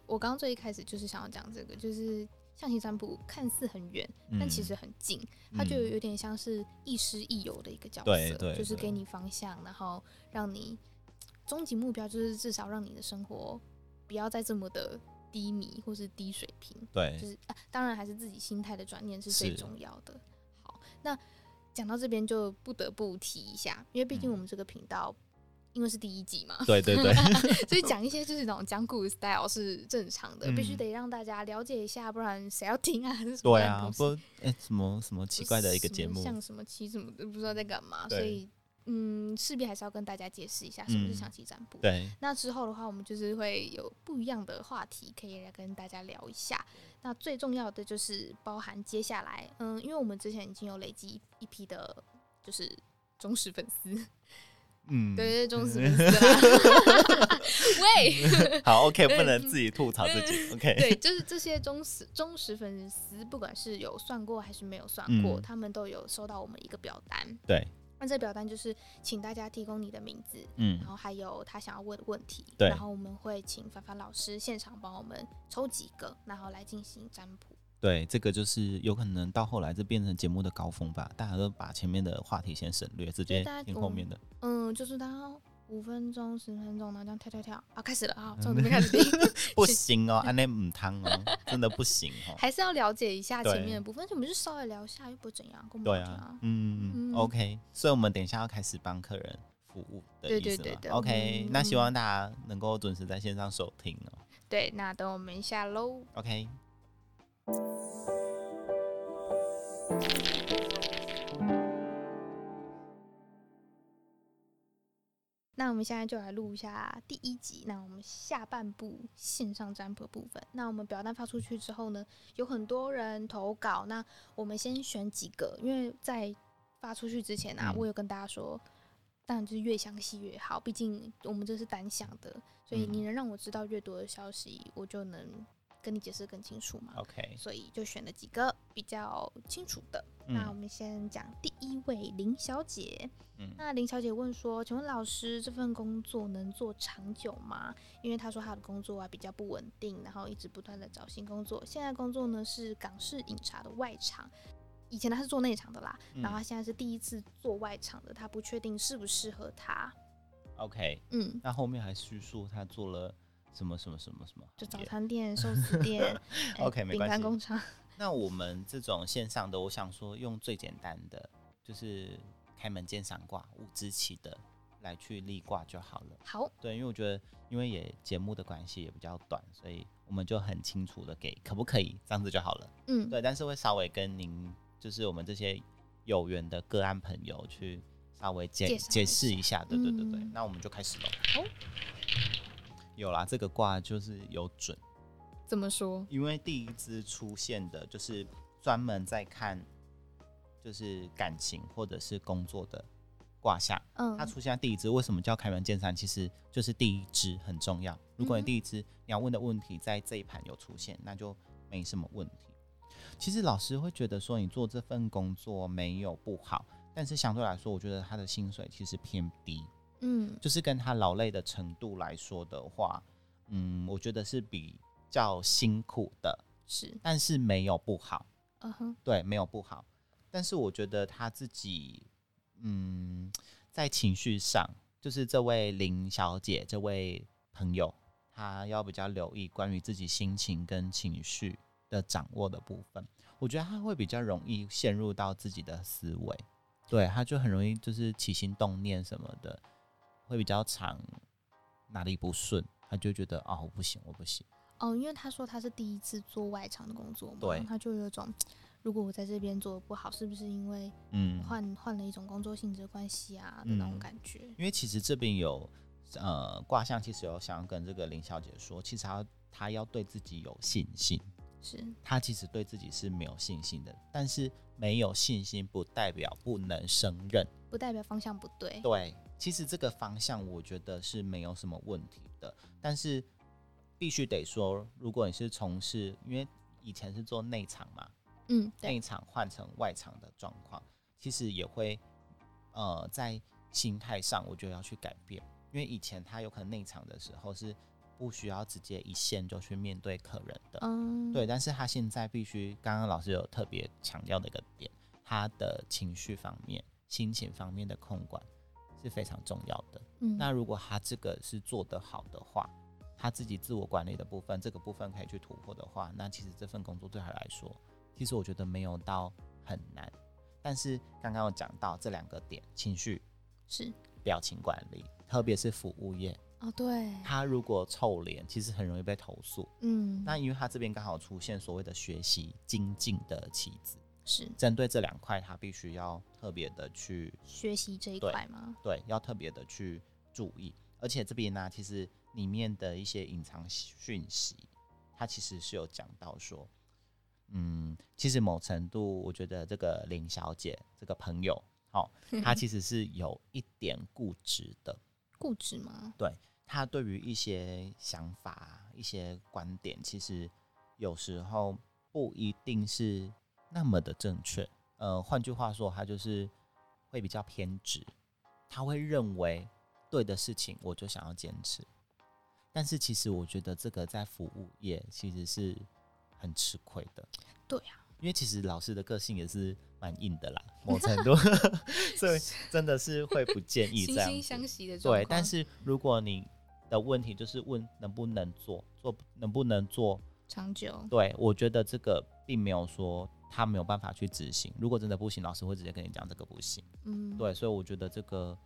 我刚刚最一开始就是想要讲这个，就是象棋占卜看似很远，但其嗯实很近，它就嗯有点像是亦师亦友的一个角色，对对就是给对你方向，然后让你终极目标就是至少让你的生活不要再这么的低迷或是低水平，对就是、啊、当然还是自己心态的转念是最是重要的。好，那讲到这边就不得不提一下，因为毕竟嗯我们这个频道。因为是第一集嘛， 对对对，所以讲一些就是那种讲古 style 是正常的，必须嗯得让大家了解一下，不然谁要听啊？还是什么对烂 啊东，西不，哎、什么什么奇怪的一个什么节目，像什么棋什么的，不知道在干嘛，对所以嗯，势必还是要跟大家解释一下什么是嗯象棋占卜。对，那之后的话，我们就是会有不一样的话题可以来跟大家聊一下。那最重要的就是包含接下来，嗯，因为我们之前已经有累积一批的，就是忠实粉丝，嗯，对对，忠实粉丝啦。 喂，嗯好，OK，不能自己吐槽自己，OK，嗯对，就是这些忠实忠实粉丝，不管是有算过还是没有算过，嗯他们都有收到我们一个表单。 对，那这表单就是请大家提供你的名字，嗯然，后还有他想要问的问题，对然后我们会请凡凡老师现场帮我们抽几个，然后来进行占卜。对，这个就是有可能到后来这变成节目的高峰吧，大家都把前面的话题先省略，直接听后面的。嗯，就是他五分钟、十分钟，然后这样跳跳跳，啊，开始了啊，从这边开始听，不行哦，安内母汤哦，真的不行 哦。还是要了解一下对前面的部分，就我们就稍微聊一下，又不会怎样，跟我对们啊，嗯嗯，OK，所以我们等一下要开始帮客人服务的对意对思对嘛对，OK，嗯那希望大家能够准时在线上收听哦对，那等我们一下喽。 ，OK。那我们现在就来录一下第一集。那我们下半部线上占卜的部分，那我们表单发出去之后呢，有很多人投稿。那我们先选几个，因为在发出去之前啊，嗯我有跟大家说，当然就是越详细越好，毕竟我们这是单向的，所以嗯你能让我知道越多的消息，我就能跟你解释得更清楚嘛。 OK，所以就选了几个比较清楚的。那我嗯们先讲第一位林小姐，嗯，那林小姐问说：“请问老师，这份工作能做长久吗？因为她说她的工作啊比较不稳定，然后一直不断的找新工作。现在工作呢是港式饮茶的外场，以前她是做内场的啦，嗯然后她现在是第一次做外场的，她不确定适不适合她。 OK，嗯，那后面还叙述他做了什么什么什么什么就早行业餐店、寿司 店哎 OK，没饼关干系工厂。那我们这种线上的，我想说用最简单的，就是开门见山卦五支旗的来去立卦就好了。好，对，因为我觉得，因为也节目的关系也比较短，所以我们就很清楚的给可不可以这样子就好了。嗯，对，但是会稍微跟您，就是我们这些有缘的个案朋友去稍微解介绍解一释一下。对对对对，嗯那我们就开始喽。好有啦，这个卦就是有准。怎么说？因为第一支出现的就是专门在看就是感情或者是工作的卦象，它嗯出现在第一支，为什么叫开门见山？其实就是第一支很重要。如果嗯你哼第一支你要问的问题在这一盘有出现，那就没什么问题。其实老师会觉得说你做这份工作没有不好，但是相对来说，我觉得他的薪水其实偏低，嗯就是跟他劳累的程度来说的话，嗯，我觉得是比较辛苦的，是，但是没有不好。嗯哼，对，没有不好。但是我觉得他自己，嗯，在情绪上，就是这位林小姐这位朋友，她要比较留意关于自己心情跟情绪的掌握的部分。我觉得她会比较容易陷入到自己的思维，对，她就很容易就是起心动念什么的，会比较常哪里不顺，她就觉得哦，我不行，我不行。哦，因为他说他是第一次做外场的工作嘛，对他就有一种，如果我在这边做的不好，是不是因为嗯，换换了一种工作性质的关系啊的那种嗯感觉？因为其实这边有呃卦象，其实有想要跟这个林小姐说，其实她她要对自己有信心，是，她其实对自己是没有信心的，但是没有信心不代表不能胜任。不代表方向不对。对，其实这个方向我觉得是没有什么问题的，但是必须得说，如果你是从事，因为以前是做内场嘛，嗯，对，内场换成外场的状况，其实也会呃在心态上，我觉得要去改变，因为以前他有可能内场的时候是不需要直接一线就去面对客人的，嗯，对，，但是他现在必须，刚刚老师有特别强调的一个点，他的情绪方面、心情方面的控管是非常重要的。嗯，那如果他这个是做得好的话，他自己自我管理的部分，这个部分可以去突破的话，那其实这份工作对他来说，其实我觉得没有到很难。但是刚刚有讲到这两个点，情绪、是，表情管理，特别是服务业，哦，对，他如果臭脸，其实很容易被投诉。嗯，那因为他这边刚好出现所谓的学习精进的棋子，是针对这两块，他必须要特别的去学习这一对块吗？对，要特别的去注意。而且这边呢、其实里面的一些隐藏讯息，它其实是有讲到说，嗯，其实某程度，我觉得这个林小姐这个朋友，哦，她其实是有一点固执的。固执吗？她对于一些想法、一些观点，其实有时候不一定是那么的正确。呃，换句话说，她就是会比较偏执，她会认为对的事情我就想要坚持。但是其实我觉得这个在服务业其实是很吃亏的。对啊呀、因为其实老师的个性也是蛮硬的啦，某程 度，所以真的是会不建议这惺样惺子相惜的状对，况但是如果你的问题就是问能不能做，做能不能做，长久，对我觉得这个并没有说他没有办法去执行。如果真的不行，老师会直接跟你讲这个不行。嗯，，对，所以我觉得这个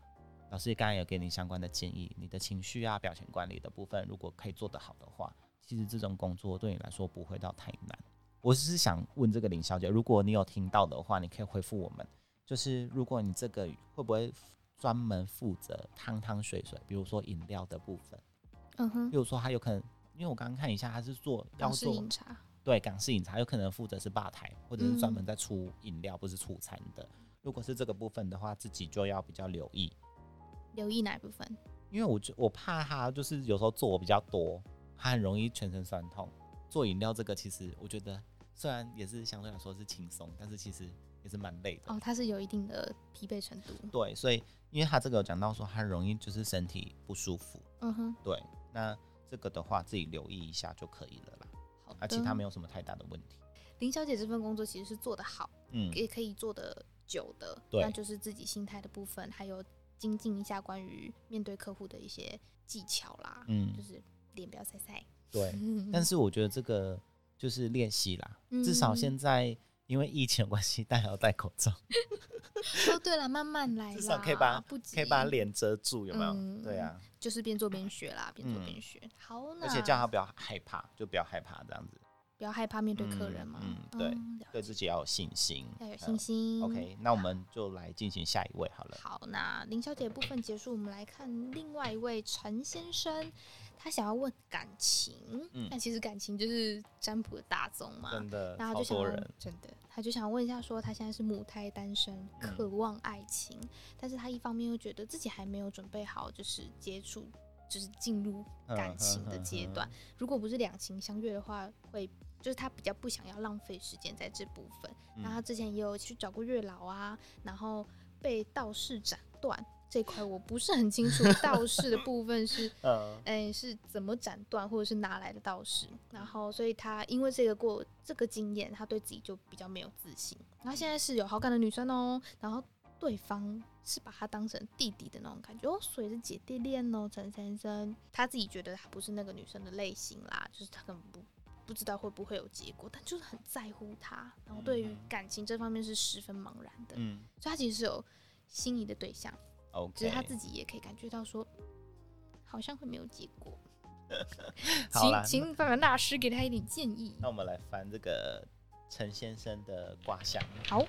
老师刚才有给你相关的建议，你的情绪啊、表情管理的部分，如果可以做得好的话，其实这种工作对你来说不会到太难。我只是想问这个林小姐，如果你有听到的话，你可以回复我们，就是如果你这个会不会专门负责汤汤水水，比如说饮料的部分，嗯哼比，如说他有可能，因为我刚刚看一下，他是做要港式做饮茶，对港式饮茶，有可能负责是吧台，或者是专嗯门在出饮料，不是出餐的。如果是这个部分的话，自己就要比较留意，留意哪一部分？因为我就我怕他就是有时候做比较多，他很容易全身酸痛。做饮料这个其实我觉得虽然也是相对来说是轻松，但是其实也是蛮累的。哦，它是有一定的疲惫程度，对，所以因为他这个有讲到说他容易就是身体不舒服，嗯哼，对，那这个的话自己留意一下就可以了啦。好的。而其他没有什么太大的问题。林小姐这份工作其实是做得好，嗯，也可以做得久的，对那就是自己心态的部分，还有精进一下关于面对客户的一些技巧啦，嗯就是脸不要晒晒， 对。但是我觉得这个就是练习啦，至少嗯嗯现在因为疫情的关系，大家要戴口罩，哦，对了，慢慢来啦，至少可以把不急可以把脸遮住，有没有？嗯对啊，就是边做边学啦，边做嗯边学。好，那而且叫他不要害怕，就不要害怕这样子，不要害怕面对客嗯人嘛，嗯对了对自己要有信心，要有信心。嗯。OK，那我们就来进行下一位好了。好，那林小姐的部分结束，我们来看另外一位陈先生，他想要问感情，嗯但其实感情就是占卜的大宗嘛。真的那他超就想多要人，真的，他就想问一下，说他现在是母胎单身，嗯渴望爱情，但是他一方面又觉得自己还没有准备好，就是接触，就是进入嗯感情的阶段。如果不是两情相悦的话，会就是他比较不想要浪费时间在这部分。那他之前也有去找过月老啊，然后被道士斩断这块我不是很清楚，道士的部分是嗯哎、是怎么斩断，或者是哪来的道士？然后，所以他因为这个过这个经验，他对自己就比较没有自信。然后现在是有好感的女生哦，然后对方是把他当成弟弟的那种感觉哦，所以是姐弟恋哦，陈先生他自己觉得他不是那个女生的类型啦，就是他根本不不知道会不会有结果，但就是很在乎他，然后对于嗯哼感情这方面是十分茫然的，嗯所以他其实是有心仪的对象。 ，OK，只是他自己也可以感觉到说，好像会没有结果。好啦请请爸爸大师给他一点建议。那我们来翻这个陈先生的卦象。好，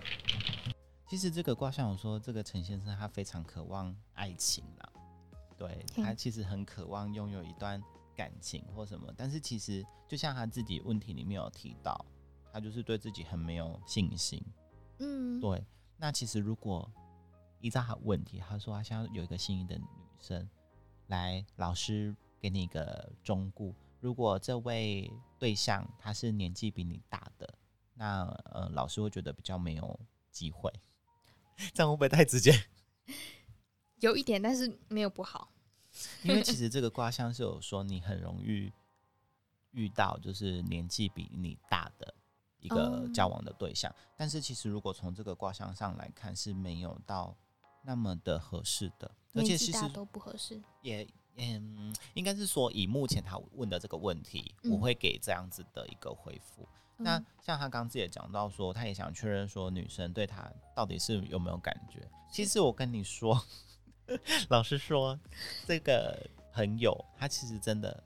其实这个卦象，我说这个陈先生他非常渴望爱情啦，对嗯他其实很渴望拥有一段感情或什么，但是其实就像他自己问题里面有提到，他就是对自己很没有信心。嗯，对，那其实如果依照他问题，他说他现在有一个心仪的女生，来，老师给你一个忠告，如果这位对象他是年纪比你大的，那呃，老师会觉得比较没有机会。 这样会不会太直接？有一点，但是没有不好。因为其实这个卦象是有说你很容易遇到就是年纪比你大的一个哦交往的对象，但是其实如果从这个卦象上来看是没有到那么的合适的，而且年其纪实大都不合适。也嗯，应该是说以目前他问的这个问题，嗯我会给这样子的一个回复。那嗯像他刚刚自己也讲到说，他也想确认说女生对他到底是有没有感觉。其实我跟你说， 老实说，这个朋友他其实真的，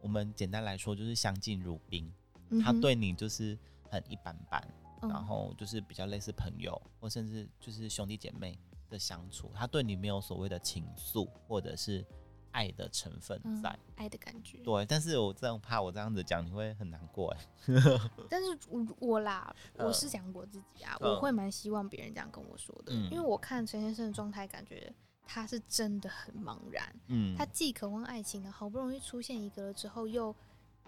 我们简单来说就是相敬如宾，嗯他哼对你就是很一般般，嗯然后就是比较类似朋友，或甚至就是兄弟姐妹的相处，他对你没有所谓的情愫或者是爱的成分嗯在。爱的感觉。对，但是我这样怕我这样子讲你会很难过哎。但是我我啦，嗯我是讲我自己啊，嗯我会蛮希望别人这样跟我说的，因嗯为我看陈先生的状态，感觉他是真的很茫然。嗯，他既渴望爱情呢，好不容易出现一个了之后，又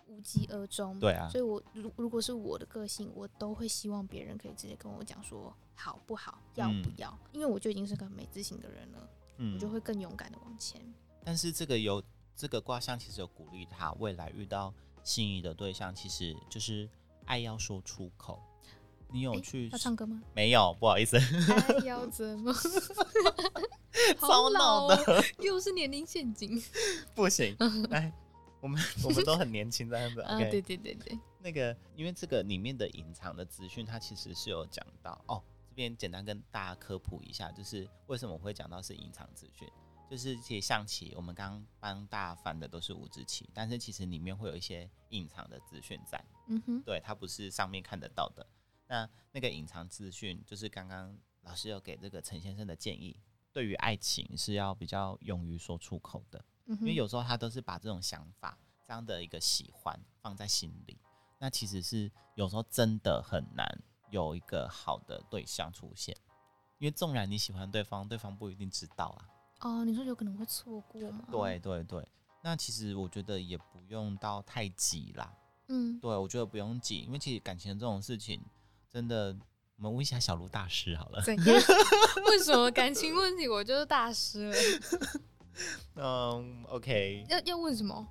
无疾而终。对啊所以我如如果是我的个性，我都会希望别人可以直接跟我讲说好不好，要不嗯要，因为我就已经是个很没自信的人了，嗯我就会更勇敢的往前。但是这个有这个卦象，其实有鼓励他未来遇到心仪的对象，其实就是爱要说出口。你有诶去、要唱歌 吗？没有？不好意思，爱哎要怎么？ 好超老哦闹的，又是年龄陷 阱不行。来，我们我们都很年轻，这样 子。啊！ OK，、对对对对，那个因为这个里面的隐藏的资讯，它其实是有讲到哦。这边简单跟大家科普一下，就是为什么我会讲到是隐藏资讯。就是其实象棋，我们刚刚帮大家翻的都是五子棋，但是其实里面会有一些隐藏的资讯在。嗯哼，对，它不是上面看得到的。那那个隐藏资讯，就是刚刚老师有给这个陈先生的建议，对于爱情是要比较勇于说出口的，嗯因为哼，有时候他都是把这种想法、这样的一个喜欢放在心里，那其实是有时候真的很难有一个好的对象出现，因为纵然你喜欢对方，对方不一定知道啊。哦，你说有可能会错过吗？对，对对，那其实我觉得也不用到太急啦，嗯，对，我觉得不用急，因为其实感情这种事情，真的，我们问一下小卢大师好了。怎样？ 为什么感情问题我就是大师了？嗯，OK，要要问什么？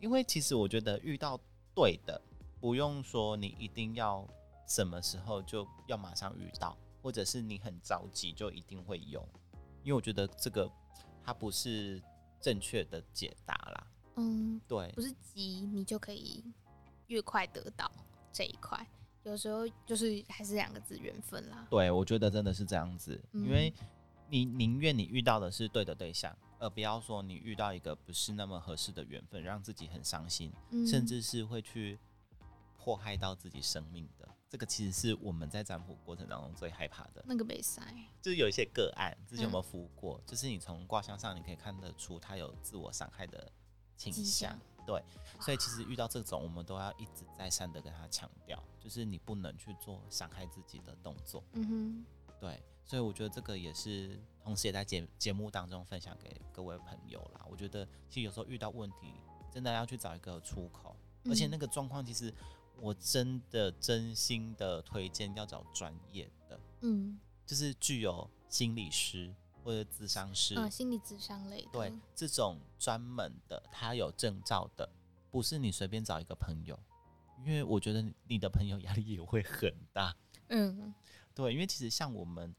因为其实我觉得遇到对的，不用说你一定要什么时候就要马上遇到，或者是你很着急就一定会有，因为我觉得这个它不是正确的解答啦。嗯，对不，是急你就可以越快得到这一块，有时候就是还是两个字缘分啦。对，我觉得真的是这样子，嗯因为你宁愿你遇到的是对的对象，而不要说你遇到一个不是那么合适的缘分，让自己很伤心，嗯，甚至是会去迫害到自己生命的。这个其实是我们在占卜过程当中最害怕的，那个被塞，就是有一些个案之前有嗯没有服务过，就是你从卦象上你可以看得出他有自我伤害的倾迹向象，对，所以其实遇到这种，我们都要一直再三的跟他强调，就是你不能去做伤害自己的动作。嗯哼，对，所以我觉得这个也是，同时也在节节目当中分享给各位朋友啦。我觉得其实有时候遇到问题，真的要去找一个出口，而且那个个状况其实我真的真心的推荐要找专业的，嗯就是具有心理师或者咨商师，嗯、呃心理智商类的，对这种专门的，他有证照的，不是你随便找一个朋友，因为我觉得你的朋友压力也会很大。嗯对，因为其实像我们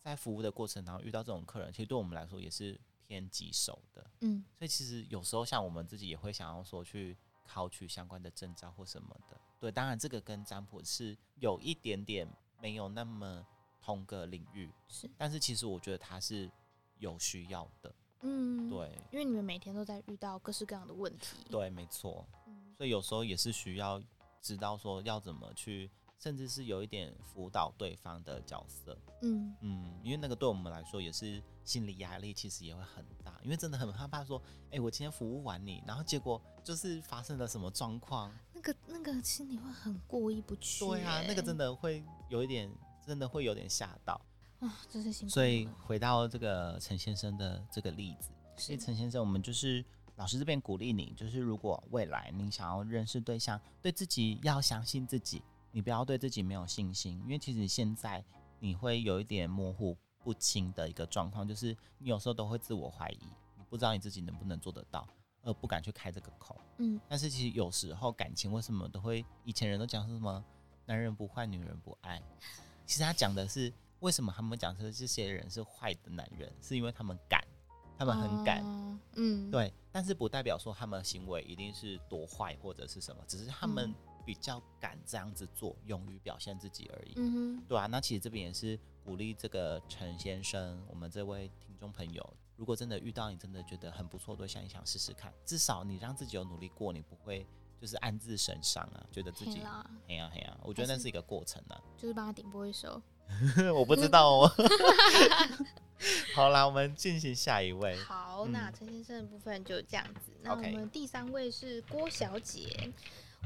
在服务的过程，然后遇到这种客人，其实对我们来说也是偏棘手的。嗯所以其实有时候像我们自己也会想要说去考取相关的证照或什么的。对，当然这个跟占卜是有一点点没有那么同个领域，是但是其实我觉得它是有需要的。嗯，，对，因为你们每天都在遇到各式各样的问题，，对，没错。嗯所以有时候也是需要知道说要怎么去，甚至是有一点辅导对方的角色。嗯嗯，因为那个对我们来说也是心理压力，其实也会很大，因为真的很害怕说，哎、我今天服务完你，然后结果就是发生了什么状况。那个那个心里会很过意不去欸，对啊，那个真的的会有一点，真的会有点吓到。啊，真是辛苦了，所以回到这个陈先生的这个例子，所以是陈先生，我们就是老师这边鼓励你，就是如果未来你想要认识对象，对自己要相信自己，你不要对自己没有信心，因为其实现在你会有一点模糊不清的一个状况，就是你有时候都会自我怀疑，你不知道你自己能不能做得到，而不敢去开这个口。嗯但是其实有时候感情为什么都会，以前人都讲说什么男人不坏，女人不爱。其实他讲的是为什么他们讲说这些人是坏的男人，是因为他们敢，他他们很敢，嗯，，对。但是不代表说他们行为一定是多坏或者是什么，只是他们嗯比较敢这样子做，勇于表现自己而已。嗯哼，对啊，那其实这边也是鼓励这个陈先生，我们这位听众朋友，如果真的遇到你真的觉得很不错的对象，你想试试看，至少你让自己有努力过，你不会就是暗自神伤啊，觉得自己天啦，嘿呀嘿呀，我觉得那是一个过程 啊， 就是帮他顶播一首，我不知道哦。 好啦，我们进行下一位，好，嗯那陈先生的部分就这样子。那我 OK 们嗯第三位是郭小姐，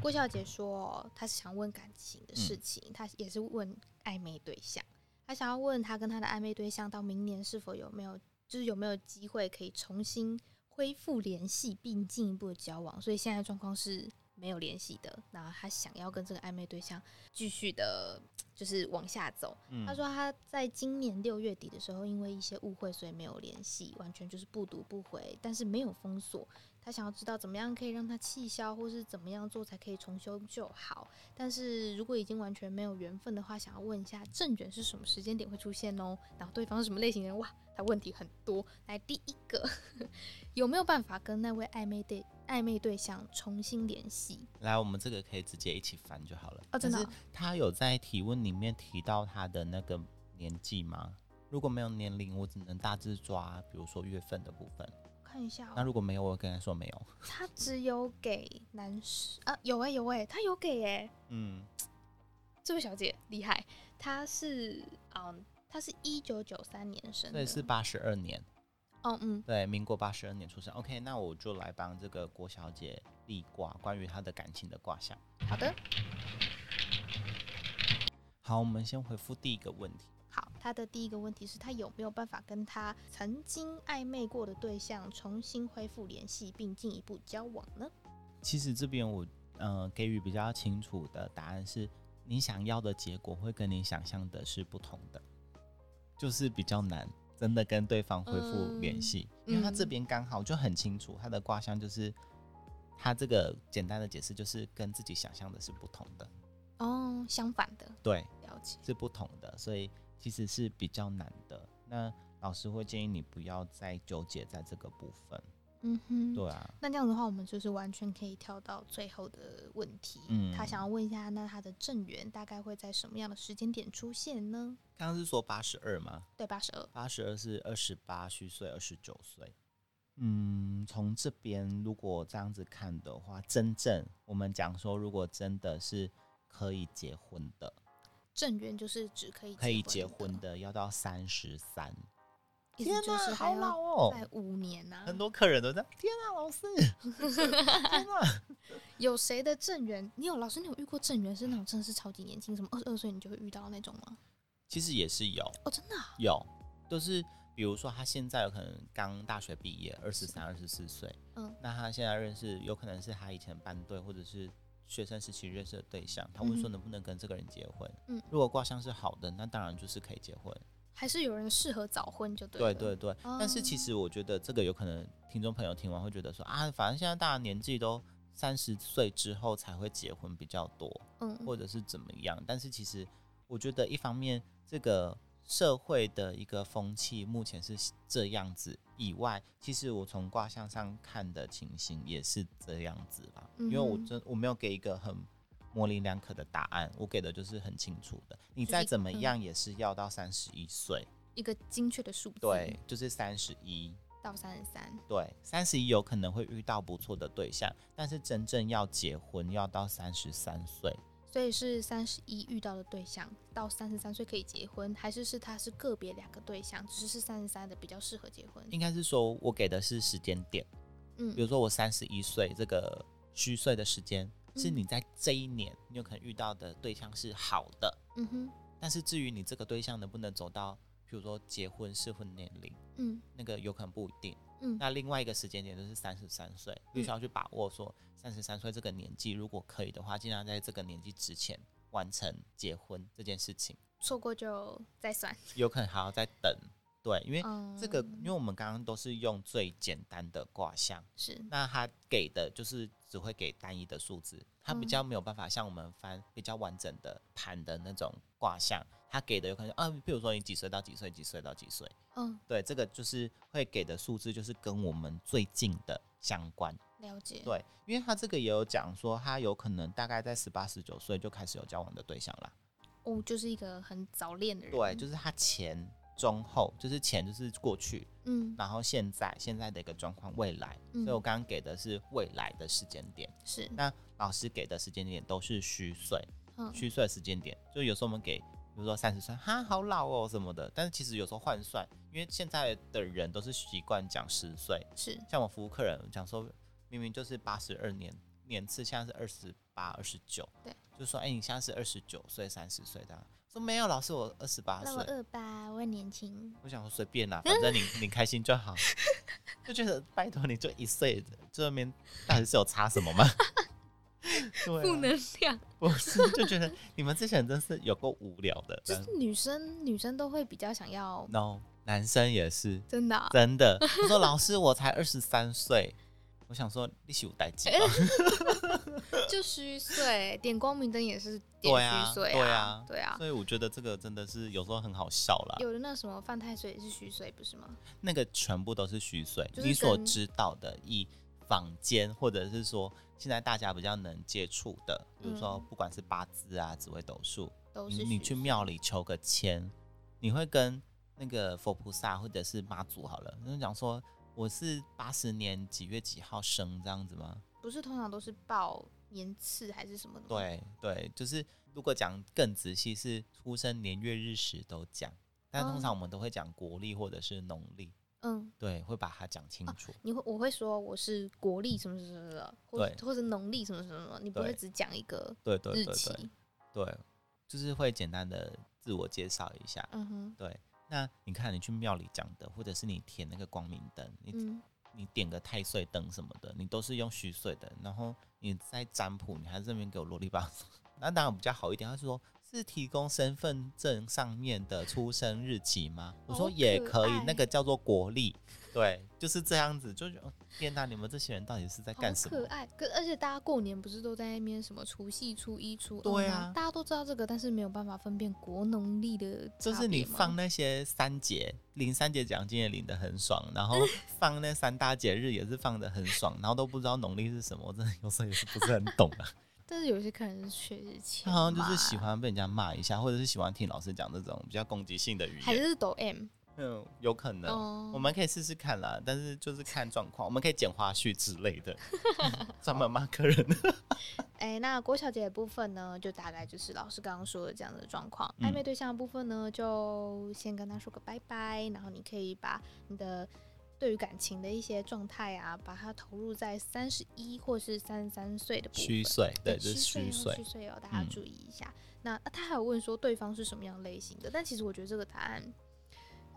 郭小姐说她是想问感情的事情，她也是问暧昧对象，她想要问她跟她的暧昧对象到明年是否有没有，就是有没有机会可以重新恢复联系并进一步的交往。所以现在状况是没有联系的，那她想要跟这个暧昧对象继续的，就是往下走。嗯他说他在今年六月底的时候，因为一些误会，所以没有联系，完全就是不读不回，但是没有封锁。他想要知道怎么样可以让他气消，或是怎么样做才可以重修旧好。但是如果已经完全没有缘分的话，想要问一下正缘是什么时间点会出现哦？然后对方是什么类型的人？哇，他问题很多。来第一个， 有没有办法跟那位暧昧对暧昧对象重新联系？来，我们这个可以直接一起翻就好了。哦真的但哦是他有在提问里面提到他的那个年纪吗？如果没有年龄，我只能大致抓，比如说月份的部分。看一下、那哦，如果没有，我跟他说没有。他只有给男士啊，有哎、有哎、他有给哎、嗯，这位小姐厉害，她是嗯，她是一九九三年生对，的，是八十二年，哦嗯对，民国八十二年出生。OK，那我就来帮这个郭小姐立卦，关于她的感情的卦象。好的，好，我们先回复第一个问题。好。她的第一个问题是，她有没有办法跟她曾经暧昧过的对象重新恢复联系并进一步交往呢？其实这边我呃给予比较清楚的答案是，你想要的结果会跟你想象的是不同的，就是比较难真的跟对方恢复联系，嗯因为他嗯这边刚好就很清楚，他的卦象就是他这个简单的解释就是跟自己想象的是不同的，哦，相反的，对，了解。是不同的，所以其实是比较难的。那老师会建议你不要再纠结在这个部分，嗯哼，对啊，那这样的话，我们就是完全可以跳到最后的问题。嗯她想要问一下，那她的正缘大概会在什么样的时间点出现呢？刚刚是说八十二吗？对，呃八十二。八十二是二十八虚岁，二十九岁。嗯，从这边如果这样子看的话，真正我们讲说，如果真的是可以结婚的，正缘就是只可以可以结婚的，的，要到三十三。意思就是还好要老哦！在五年啊呐、很多客人都在，天啊，老师，天啊！有谁的正缘？你有老师，你有遇过正缘是那种真的是超级年轻，什么二十二岁你就会遇到那种吗？其实也是有哦，真的啊、有，就是比如说他现在有可能刚大学毕业，二十三、二十四岁，嗯，那他现在认识有可能是他以前班队或者是学生时期认识的对象，他问嗯说哼能不能跟这个人结婚？嗯如果卦象是好的，那当然就是可以结婚。还是有人适合早婚就对对了。对对，但是其哦实我觉得这个有可能听众朋友听完会觉得说啊，反正现在大家年纪都三十岁之后才会结婚比较多，嗯，或者是怎么样。但是其实我觉得一方面这个社会的一个风气目前是这样子，以外，其实我从卦象上看的情形也是这样子啦。因为我嗯哼真我没有给一个很模棱两可的答案，我给的就是很清楚的，你就是再一怎么嗯样也是要到三十一岁，一个精确的数字，对，，就是三十一。到三十三，对，三十一有可能会遇到不错的对象，但是真正要结婚要到三十三岁，所以是三十一遇到的对象，到三十三岁可以结婚，还是是他是个别两个对象，只是是三十三的比较适合结婚。应该是说我给的是时间点，嗯比如说我三十一岁这个虚岁的时间，是你在这一年你有可能遇到的对象是好的，嗯哼，但是至于你这个对象能不能走到，比如说结婚适婚年龄，嗯那个有可能不一定。嗯那另外一个时间点就是三十三岁，必须要去把握说三十三岁这个年纪，如果可以的话，尽量在这个年纪之前完成结婚这件事情，错过就再算。有可能还要再等。对，因为嗯，这个，因为我们刚刚都是用最简单的卦象，是那它给的就是只会给单一的数字，它比嗯较没有办法像我们翻比较完整的盘的那种卦象，它给的有可能啊，比如说你几岁到几岁，几岁到几岁，嗯对，这个就是会给的数字就是跟我们最近的相关。了解。对，因为他这个也有讲说，他有可能大概在十八、十九岁就开始有交往的对象啦。哦，就是一个很早恋的人。对，就是他前、中、后，就是前就是过去，嗯然后现在现在的一个状况，未来。嗯所以我刚刚给的是未来的时间点，是那老师给的时间点都是虚岁，嗯虚岁的时间点，就有时候我们给。比如说三十岁，哈，好老哦什么的，但是其实有时候换算，因为现在的人都是习惯讲十岁，是像我服务客人讲说，明明就是八十二年年次，现在是二十八、二十九，对，就说哎、你现在是二十九岁、三十岁这样，说没有，老师我二十八那我岁，二八，我很年轻。我想说随便啦，反正你你开心 就好，就觉得拜托你就一岁，这外面到底是有差什么吗？ 负对、啊，能量， 不是就觉得你们这些人真是有够无聊的 就是女生女生都会比较想要， ，no，男生也是。真的啊、真的，他说老师我才二十三岁，我想说你是有代哎际吧？就虚岁，点光明灯也是点对啊虚岁对啊啊，对啊。 所以我觉得这个真的是有时候很好笑啦。有的那什么犯太岁也是虚岁，不是吗？那个全部都是虚岁，就是你所跟知道的，以坊间或者是说现在大家比较能接触的，比如说嗯不管是八字啊、紫微斗数，都是你虚你去庙里求个签，你会跟那个佛菩萨或者是妈祖好了，跟讲说我是八十年几月几号生这样子吗？不是通常都是报年次还是什么的吗？对对，就是如果讲更仔细，是出生年月日时都讲，但哦通常我们都会讲国历或者是农历，嗯，对，会把它讲清楚。你会我会说我是国历什么什么什么的，或对或者农历什么什么什么，你不会对只讲一个对对日对期对。对，就是会简单的自我介绍一下。嗯哼，对，那你看你去庙里讲的，或者是你填那个光明灯，你、嗯，你点个太岁灯什么的，你都是用虚岁的，然后你在占卜，你还这边给我啰里吧嗦。那当然比较好一点，他说是提供身份证上面的出生日期吗？我好说也哦可可以，爱那个叫做国历，对，就是这样子，就觉得哦天哪，你们这些人到底是在好干什可么？爱。可而且大家过年不是都在那边什么除夕、初一、初二对吗啊大家都知道这个，但是没有办法分辨国农历的差别就吗，是你放那些三节领三节奖金也领得很爽，然后放那三大节日也是放得很爽，然后都不知道农历是什么，我真的有时候也是不是很懂啊。但是有些客人是确实欠他骂，好像就是喜欢被人家骂一下，或者是喜欢听老师讲这种比较攻击性的语还言。是抖 M，嗯，有可能，哦我们可以试试看啦。但是就是看状况，我们可以剪花絮之类 的，专门骂客人。哎，那郭小姐的部分呢，就大概就是老师刚刚说的这样的状况。嗯暧昧对象的部分呢，就先跟他说个拜拜，然后你可以把你的对于感情的一些状态啊，把它投入在三十一或是三十三岁的部虚分。岁，对，就是虚虚岁哦，岁虚。岁哦，大家嗯注意一下。那啊他还有问说对方是什么样类型的，但其实我觉得这个答案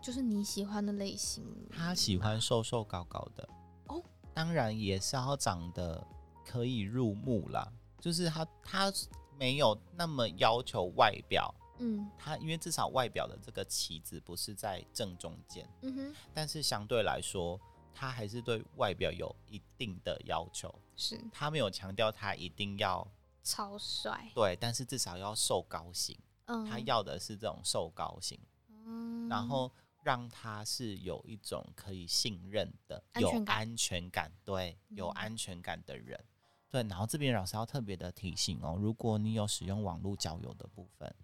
就是你喜欢的类型。他喜欢瘦瘦高高的哦，当然也是要长得可以入目啦。就是他他没有那么要求外表，嗯他因为至少外表的这个旗子不是在正中间，嗯哼，但是相对来说，他还是对外表有一定的要求。是他没有强调他一定要超帅。对，但是至少要瘦高型，嗯，他要的是这种瘦高型，嗯，然后让他是有一种可以信任的、安有全感安全感，对，有嗯安全感的人。对，然后这边老师要特别的提醒哦，如果你有使用网络交友的部分，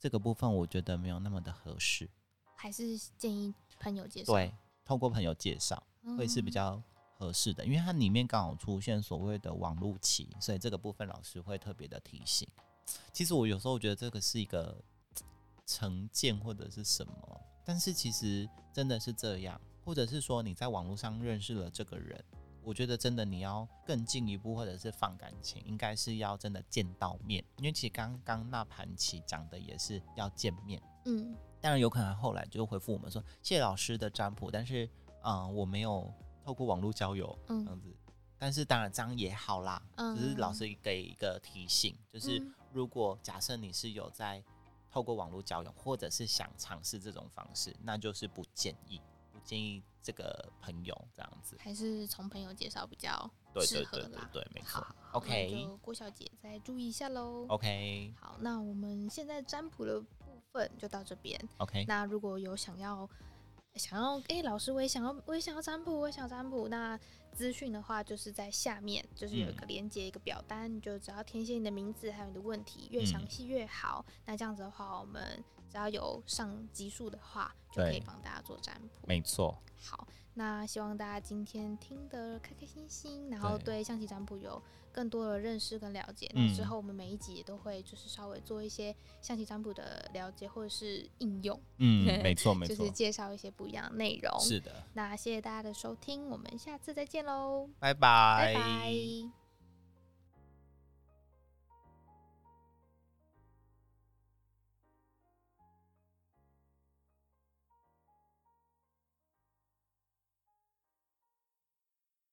这个部分我觉得没有那么的合适。还是建议朋友介绍，对，透过朋友介绍会是嗯比较合适的，因为它里面刚好出现所谓的网路期，所以这个部分老师会特别的提醒。其实我有时候觉得这个是一个嘖成见或者是什么，但是其实真的是这样，或者是说你在网络上认识了这个人，我觉得真的你要更进一步，或者是放感情，应该是要真的见到面，因为其实刚刚那盘棋讲的也是要见面。嗯当然有可能后来就回复我们说谢谢老师的占卜，但是嗯、呃我没有透过网络交友这嗯样子。但是当然这样也好啦，嗯只是老师给一个提醒，就是嗯如果假设你是有在透过网络交友，或者是想尝试这种方式，那就是不建议，不建议这个朋友这样子。还是从朋友介绍比较对适对合对对啦。对，没好错好。好那 OK 哦就郭小姐再注意一下喽。 OK 好，那我们现在占卜的部分就到这边。 OK，那如果有想要想要，诶，老师，我也想要，我也想要占卜，我也想要占卜。那资讯的话，就是在下面，就是有一嗯个连接、一个表单，你就只要填写你的名字还有你的问题，越详嗯细越好。那这样子的话，我们只要有上集数的话，就可以对帮大家做占卜。没错，好，那希望大家今天听得开开心心，然后对对象棋占卜有更多的认识跟了解。那之嗯后我们每一集也都会就是稍微做一些象棋占卜的了解或者是应用，嗯，没错没就错是，介绍一些不一样的内容。是的，那谢谢大家的收听，我们下次再见喽，拜拜拜